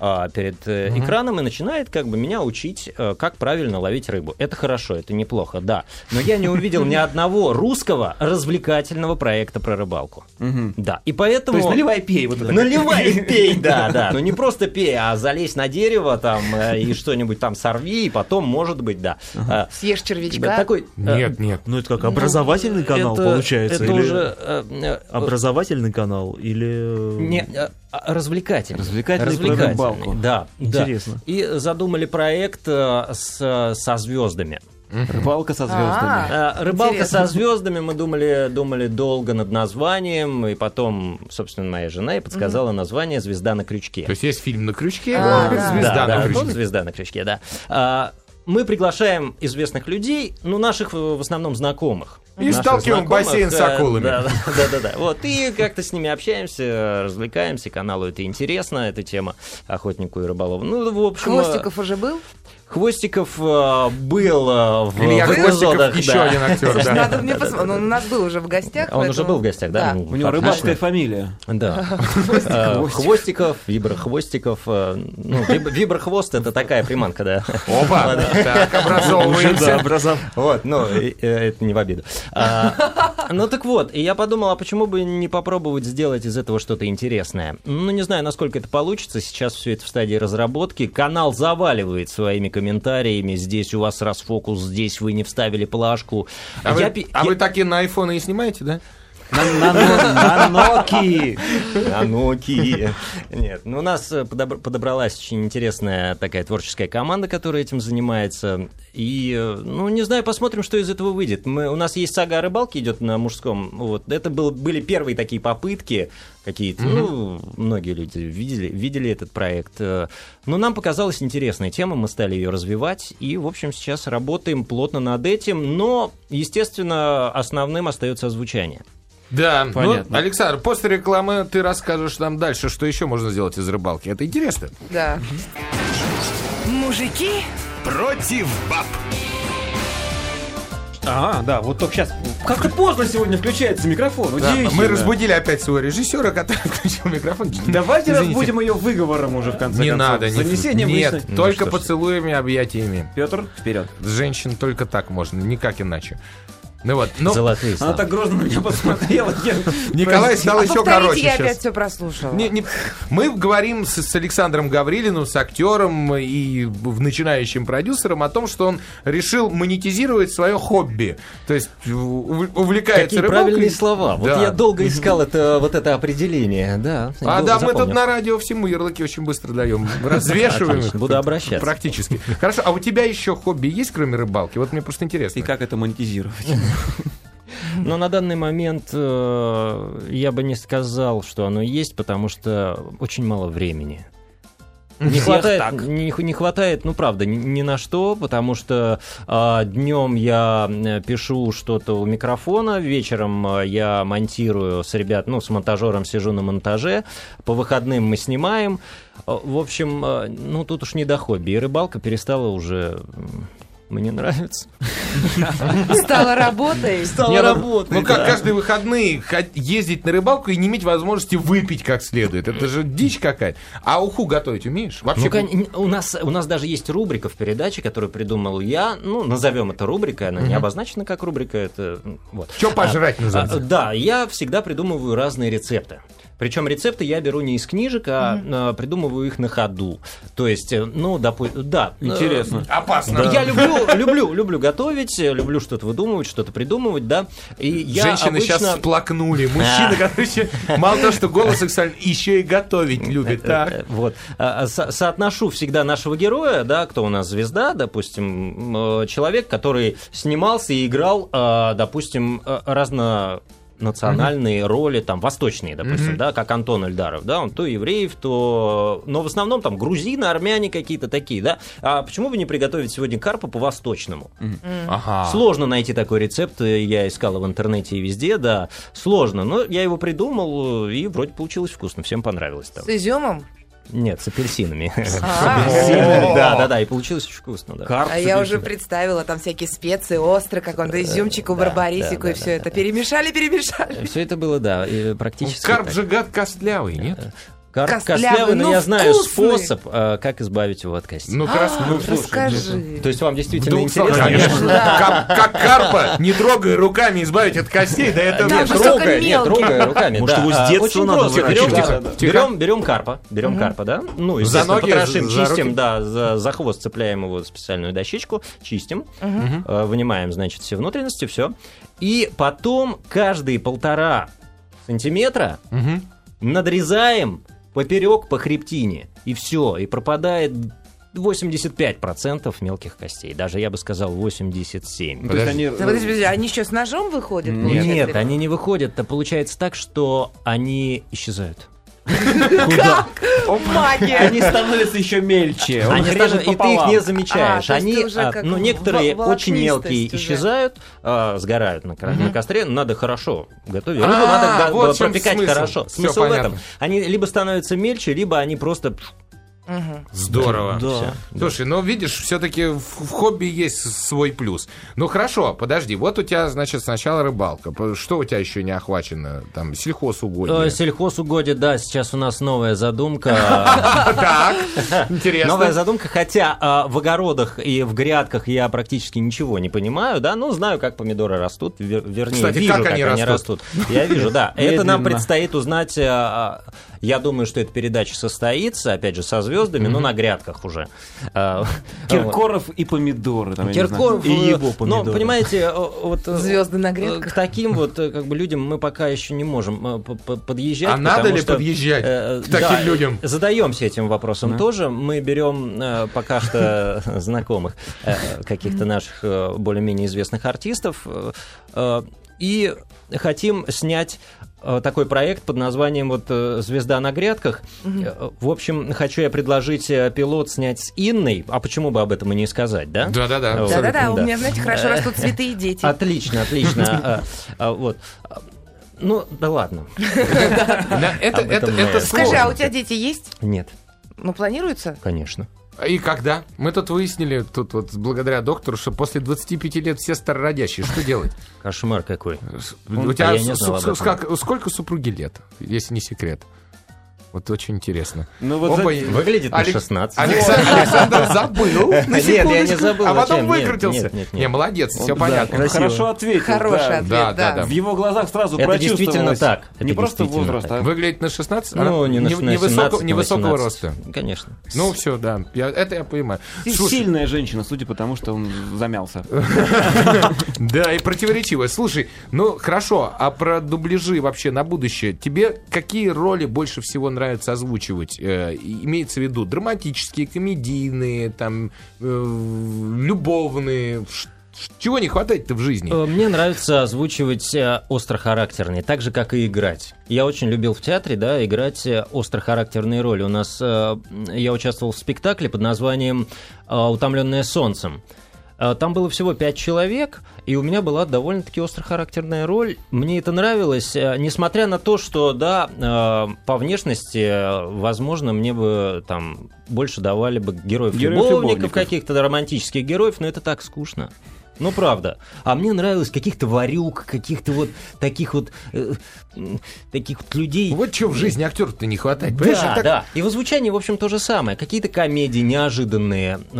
а, перед э, экраном и начинает как бы меня учить, э, как правильно ловить рыбу. Это хорошо, это неплохо, да. Но я не увидел ни одного русского развлекательного проекта про рыбалку.
Мгм.
Да, и поэтому...
То есть наливай и пей. Ну Вот это.
Наливай и пей, да, да. Ну не просто пей, а залезь на дерево там э, и что-нибудь там сорви, и потом, может быть, да. А,
Съешь червячка.
Такой... э,
Нет, нет.
Ну, это как образовательный канал,
это-
получается?
Это
или
уже... э, э,
Образовательный канал или...
Не, э, а, развлекательный.
Развлекательный про рыбалку.
Да, да.
Интересно.
И задумали проект э, с, со звездами.
Рыбалка со звездами.
А.
Э, Рыбалка
Интересно.
со звездами. Мы думали, думали долго над названием, и потом, собственно, моя жена и подсказала название "Звезда на крючке".
То есть есть фильм на крючке,
А,
а,
да.
звезда
Да,
на
да,
крючке.
тоже звезда на крючке, да. А, мы приглашаем известных людей, ну, наших э, в основном знакомых.
И
Наших
сталкиваем
знакомых,
бассейн с
э,
акулами.
Да, да, да, да. Вот, и как-то с ними общаемся, э, развлекаемся, каналу это интересно, эта тема охотнику и рыболову. Ну, в общем... э,
Хвостиков уже был?
Хвостиков э, был э, в,
Илья
в
Хвостиков,
эпизодах,
еще
да.
один актер, да.
Надо мне посмотреть. Он у нас был уже в гостях.
Он уже
поэтому-
был в гостях, да? Ну,
У него
отлично.
рыбацкая фамилия.
Да. Э, Хвостиков, виброхвостиков. э, Ну, виб- виброхвост это такая приманка, да.
Опа, так, образовываемся.
Вот, ну, э, э, это не в обиду. А, Ну, так вот, и я подумал, а почему бы не попробовать сделать из этого что-то интересное? Ну, не знаю, насколько это получится, сейчас все это в стадии разработки. Канал заваливает своими комментариями, здесь у вас расфокус, здесь вы не вставили плашку.
А
Я
вы,
пи-
а
я-
вы такие на айфоны и снимаете, да?
На- на- на- на Nokia.
А ну окей. Нет, ну у нас э, подобр- подобралась очень интересная такая творческая команда, которая этим занимается. И, э, ну, не знаю, посмотрим, что из этого выйдет. Мы, у нас есть сага о рыбалке идет на мужском. Вот это был, были первые такие попытки какие-то. Ну, многие люди видели, видели этот проект. Э, Но нам показалась интересная тема, мы стали ее развивать. И, в общем, сейчас работаем плотно над этим. Но, естественно, основным остается озвучание.
Да. Ну,
Понятно.
Александр, после рекламы ты расскажешь нам дальше, что еще можно сделать из рыбалки. Это интересно.
Да.
Мужики
Против баб.
А, да, вот только сейчас. Как-то поздно сегодня включается микрофон.
Да,
удивительно.
мы разбудили опять своего режиссера, который включил микрофон.
Давайте
Извините.
разбудим ее выговором уже в конце
Не
концов.
надо,
С
не-
занесением
нет,
личной-
только
Ну что ж.
поцелуями, объятиями.
Петр, вперед.
С Женщин только так можно, никак иначе. Ну вот, ну,
Золотые
Она
слова.
так грозно на меня посмотрела. я-
Николай стал
А
еще
повторите,
короче
я
щас.
опять все прослушала.
Не- не- Мы говорим с, с Александром Гаврилиным, с актером и в- начинающим продюсером о том, что он решил монетизировать свое хобби. То есть ув- увлекается
Какие
рыбалкой.
правильные слова. Вот
Да.
я долго искал это, вот это определение, да.
А
был-
да, мы тут
запомнил.
на радио всему ярлыки очень быстро даем. Развешиваем. их.
Отлично, буду обращаться.
Практически. Хорошо, а у тебя еще хобби есть, кроме рыбалки? Вот мне просто интересно.
И как это монетизировать?
Но на данный момент э, я бы не сказал, что оно есть, потому что очень мало времени. Не
Всех
хватает,
так.
не, не хватает, ну правда, ни, ни на что, потому что а, днем я э, пишу что-то у микрофона, вечером э, я монтирую с ребят, ну с монтажером сижу на монтаже, по выходным мы снимаем. Э, В общем, э, ну тут уж не до хобби, и рыбалка перестала уже м, мне нравится.
Стала работой.
Не работает.
Ну как
да.
каждые выходные хо- ездить на рыбалку и не иметь возможности выпить как следует. Это же дичь какая-то. А уху готовить умеешь? Вообще
Ну, кон- н- у, нас, у нас даже есть рубрика в передаче, которую придумал я. Ну, назовем это рубрикой, она не обозначена как рубрика, это м, вот.
Чё пожрать
А,
называется?
а, да, я всегда придумываю разные рецепты. Причем рецепты я беру не из книжек, а э, придумываю их на ходу. То есть, э, ну, допустим, да. э,
Интересно.
опасно.
Я люблю, люблю, люблю готовить, э, люблю что-то выдумывать, что-то придумывать, да. И я
Женщины
обычно... А.
сейчас сплакнули. Мужчины, короче, мало того, что голос сексуальный, еще и готовить любят. Так.
Э, Вот. А, а, со- Соотношу всегда нашего героя, да, кто у нас звезда, допустим, м, э, человек, который снимался и играл, а, допустим, э, разно национальные роли, там, восточные, допустим, да, как Антон Эльдаров, да, он то евреев, то... Но в основном там грузины, армяне какие-то такие, да. А почему бы не приготовить сегодня карпа по-восточному?
А.
Ага.
Сложно найти такой рецепт, э, я искал его в интернете и везде, да, сложно, но я его придумал, э, и вроде получилось вкусно, всем понравилось там.
С изюмом?
Нет, с апельсинами.
А.
С апельсинами, Да, да, да, и получилось очень вкусно, да.
Карп
А я
с
уже представила, там всякие специи, острый какой-то изюмчику,
Э, да,
барбарисику,
да,
и
да,
все
да,
это. Перемешали, перемешали.
Все это было, да, и практически.
Карп
так.
же гад костлявый, нет?
Карп
костлявый,
костлявый, но
но
я знаю
вкусный.
способ, э, как избавить его от кости.
Ну, как раз, ну, слушай,
Расскажи.
То есть вам действительно
двух словах,
А, интересно?
конечно. Как, как карпа, не трогая руками, избавить от костей, да это
Там
нет,
же столько
трогай.
мелких.
Нет, трогая руками.
Может,
да.
его с
А,
детства
очень
надо
просто. Берем,
выращивать?
да,
Тихо,
да.
тихо.
берем, берем карпа, берем карпа, да. Ну,
За
естественно,
ноги,
потрошим,
за- за
чистим,
руки?
да, за, за хвост цепляем его в специальную дощечку, чистим, э, вынимаем, значит, все внутренности, все. И потом каждые полтора сантиметра
Мгм.
надрезаем поперек по хребтине. И все, и пропадает 85% мелких костей. Даже я бы сказал 87%.
То есть они...
Да подожди, подожди, они что, с ножом выходят?
Ну, Нет,
получается?
они не выходят. Да получается так, что они исчезают.
Магия.
Они становятся еще мельче. Он
Они
хрежет
становятся- и ты их
пополам.
не замечаешь.
А, то есть
они,
ты уже
а,
как
ну,
в-
некоторые
в-
очень
волокнистость
мелкие
уже.
исчезают, а, сгорают на, ко- на костре. Надо хорошо готовить. Рыбу
А,
надо го-
вот в чем
пропекать
смысл.
хорошо.
Всё
Смысл в этом.
понятно.
Они либо становятся мельче, либо они просто... пш,
Здорово.
всё.
Слушай, ну видишь, все-таки в, в хобби есть свой плюс. Ну хорошо, подожди, вот у тебя, значит, сначала рыбалка. П- Что у тебя еще не охвачено? Там
Э,
сельхозугодие.
Сельхозугодие, да, сейчас у нас новая задумка.
А Так,
Новая
интересно.
задумка, хотя а, в огородах и в грядках я практически ничего не понимаю, да, ну знаю, как помидоры растут, вер- вернее,
Кстати,
вижу,
как они растут.
растут. Я вижу, да. Э, Это нам
Медленно.
предстоит узнать. а, а, Я думаю, что эта передача состоится, опять же, со звездами, но на грядках уже. А,
Киркоров и помидоры. там, я не знаю.
Киркоров,
И
э,
его помидоры.
Ну, понимаете, э, вот... э,
Звезды на
э,
грядках.
К таким вот э, как бы людям мы пока еще не можем э, по- по- подъезжать.
А надо
потому
ли
что,
подъезжать
э,
к таким
да,
людям?
Задаемся этим вопросом тоже. Мы берем э, пока что знакомых э, каких-то наших э, более-менее известных артистов э, э, и хотим снять э, такой проект под названием вот э, «Звезда на грядках». Э, В общем, хочу я предложить э, пилот снять с Инной. А почему бы об этом и не сказать, да?
Да-да-да.
Вот.
Да-да-да, у
Э, Да. Э, а
меня, знаете, хорошо растут цветы и дети.
Отлично, отлично. А, а, Вот. А, Ну, да ладно.
Да, Это,
Об
это,
этом
это
мы-
Скажи, а у
сложно.
тебя дети есть?
Нет,
Ну, планируется?
конечно.
И когда? Мы тут выяснили, тут вот благодаря доктору, что после 25 лет все старородящие. Что делать?
Кошмар какой.
У тебя
Ну, я не
с-
знал
с-
об
с-
этом.
как- сколько супруги лет, если не секрет? Вот очень интересно.
Ну вот
Оба-
за-
Выглядит на
Алекс-
16.
Александр, Александр забыл. на
Нет, я не
секундочку,
забыл,
А
зачем?
потом
Нет,
выкрутился.
нет, нет, нет.
Не, молодец, все
Да,
понятно.
красиво.
Хорошо ответил.
Хороший
да.
ответ,
Да,
да.
да, да.
В его глазах сразу
Это
прочувствовалось.
действительно так. Это
не просто
действительно
возраст,
так.
а
Выглядит на 16? а
Ну, не на
не-
16,
невысоко-
17,
Невысокого
18.
роста.
Конечно.
Ну, все, да. Я- Это я понимаю.
Си-
Слушай,
сильная женщина, судя по тому, что он замялся.
Да, и противоречивая. Слушай, ну хорошо, а про дубляжи вообще на будущее. Тебе какие роли больше всего нравится озвучивать? Э, и- имеется в виду драматические, комедийные, там, э, любовные. Ш- ш- Чего не хватает-то в жизни?
Э, Мне нравится озвучивать э, острохарактерные, так же, как и играть. Я очень любил в театре, да, играть э, острохарактерные роли. У нас, э, м, я участвовал в спектакле под названием «Утомленное солнцем». Э, Там было всего пять человек, и у меня была довольно-таки острохарактерная роль. Мне это нравилось, э, несмотря на то, что, да, э, по внешности, э, возможно, мне бы там больше давали бы героев-любовников
Героев-любовников.
каких-то романтических героев, но это так скучно. Ну, правда. А мне нравилось каких-то варюк, каких-то вот таких вот, э, м, таких вот людей.
Вот чего в жизни актеру-то не хватает. понимаешь?
да,
Так-
да. И в звучании, в общем, то же самое. Какие-то комедии неожиданные, э,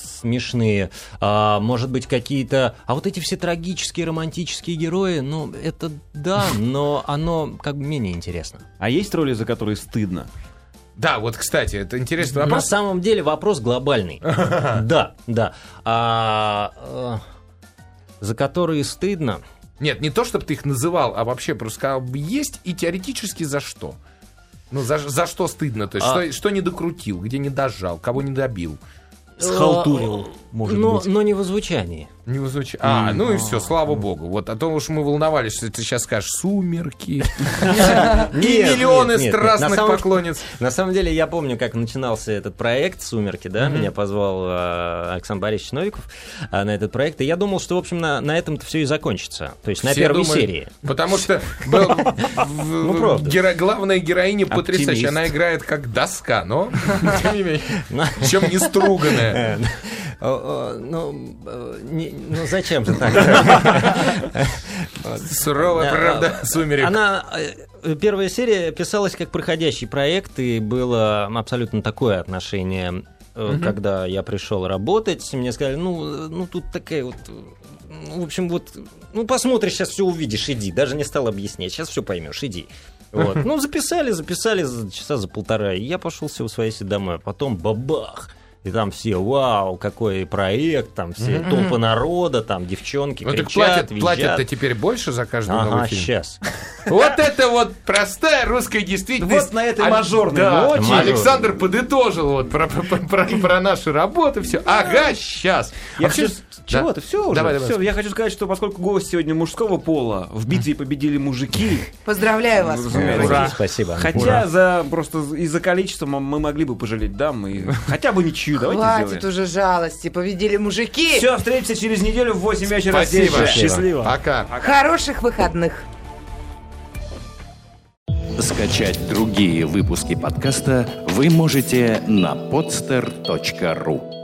смешные, а, может быть, какие-то... А вот эти все трагические, романтические герои, ну, это да, но оно как бы менее интересно.
А есть роли, за которые стыдно?
Да, вот, кстати, это интересный
На
вопрос.
самом деле вопрос глобальный. Да, да. А, э, За которые стыдно...
Нет, не то, чтобы ты их называл, а вообще просто сказал бы, есть и теоретически за что. Ну, за, за что стыдно? То есть,
А.
что, что не докрутил, где не дожал, кого не добил.
Схалтурил, может
но,
быть.
Но не в звучании.
Не возвучи- А, ну и все, слава богу. Вот, а то уж мы волновались, что ты сейчас скажешь «Сумерки» и
Нет,
миллионы
нет, нет, нет. На
страстных
самом-
поклонниц.
На самом деле, я помню, как начинался этот проект «Сумерки», да, меня позвал э, Александр Борисович Новиков э, на этот проект, и я думал, что, в общем, на, на этом-то все и закончится, то есть на
Все
первой
думали-
серии. Ну,
Потому что был- в-
правда.
геро- главная героиня
Оптимист.
потрясающая. Она играет как доска, но тем не менее, причем не струганная.
Э, э, Ну, э, не- ну, зачем же так?
Суровая
Да,
правда «Сумерек».
Она, э, первая серия писалась как проходящий проект, и было абсолютно такое отношение. э, Когда я пришел работать, мне сказали, ну, э, ну тут такая вот, э, ну, в общем, вот, ну, посмотришь, сейчас все увидишь, иди. Даже не стал объяснять, сейчас все поймешь, иди. Вот. Ну, записали, записали за часа за полтора, и я пошел все своей домой, а потом бабах, и там все, вау, какой проект, там все толпы народа, там девчонки
Ну так
кричат,
платят,
визжат.
платят-то теперь больше за каждый
Ага,
новый фильм.
сейчас.
Вот это вот простая русская действительность.
Вот на этой
А-
мажорной
да.
ноте.
Мажор.
Александр подытожил вот про, про, про- про наши работы все. Ага, сейчас.
Я хочу... с- Чего ты? Все уже.
Давай, давай.
Всё, Я хочу сказать, что поскольку гость сегодня мужского пола, в битве победили мужики.
Поздравляю вас.
Разумеется.
Ура. Спасибо.
Хотя за просто из-за количества мы- мы могли бы пожалеть дам и хотя бы ничью. Давайте
Хватит
сделаем.
уже жалости, победили мужики.
Все, встретимся через неделю в 8 вечера здесь
Спасибо.
же.
Счастливо.
Пока.
Хороших выходных.
Скачать другие выпуски подкаста вы можете на podster.ru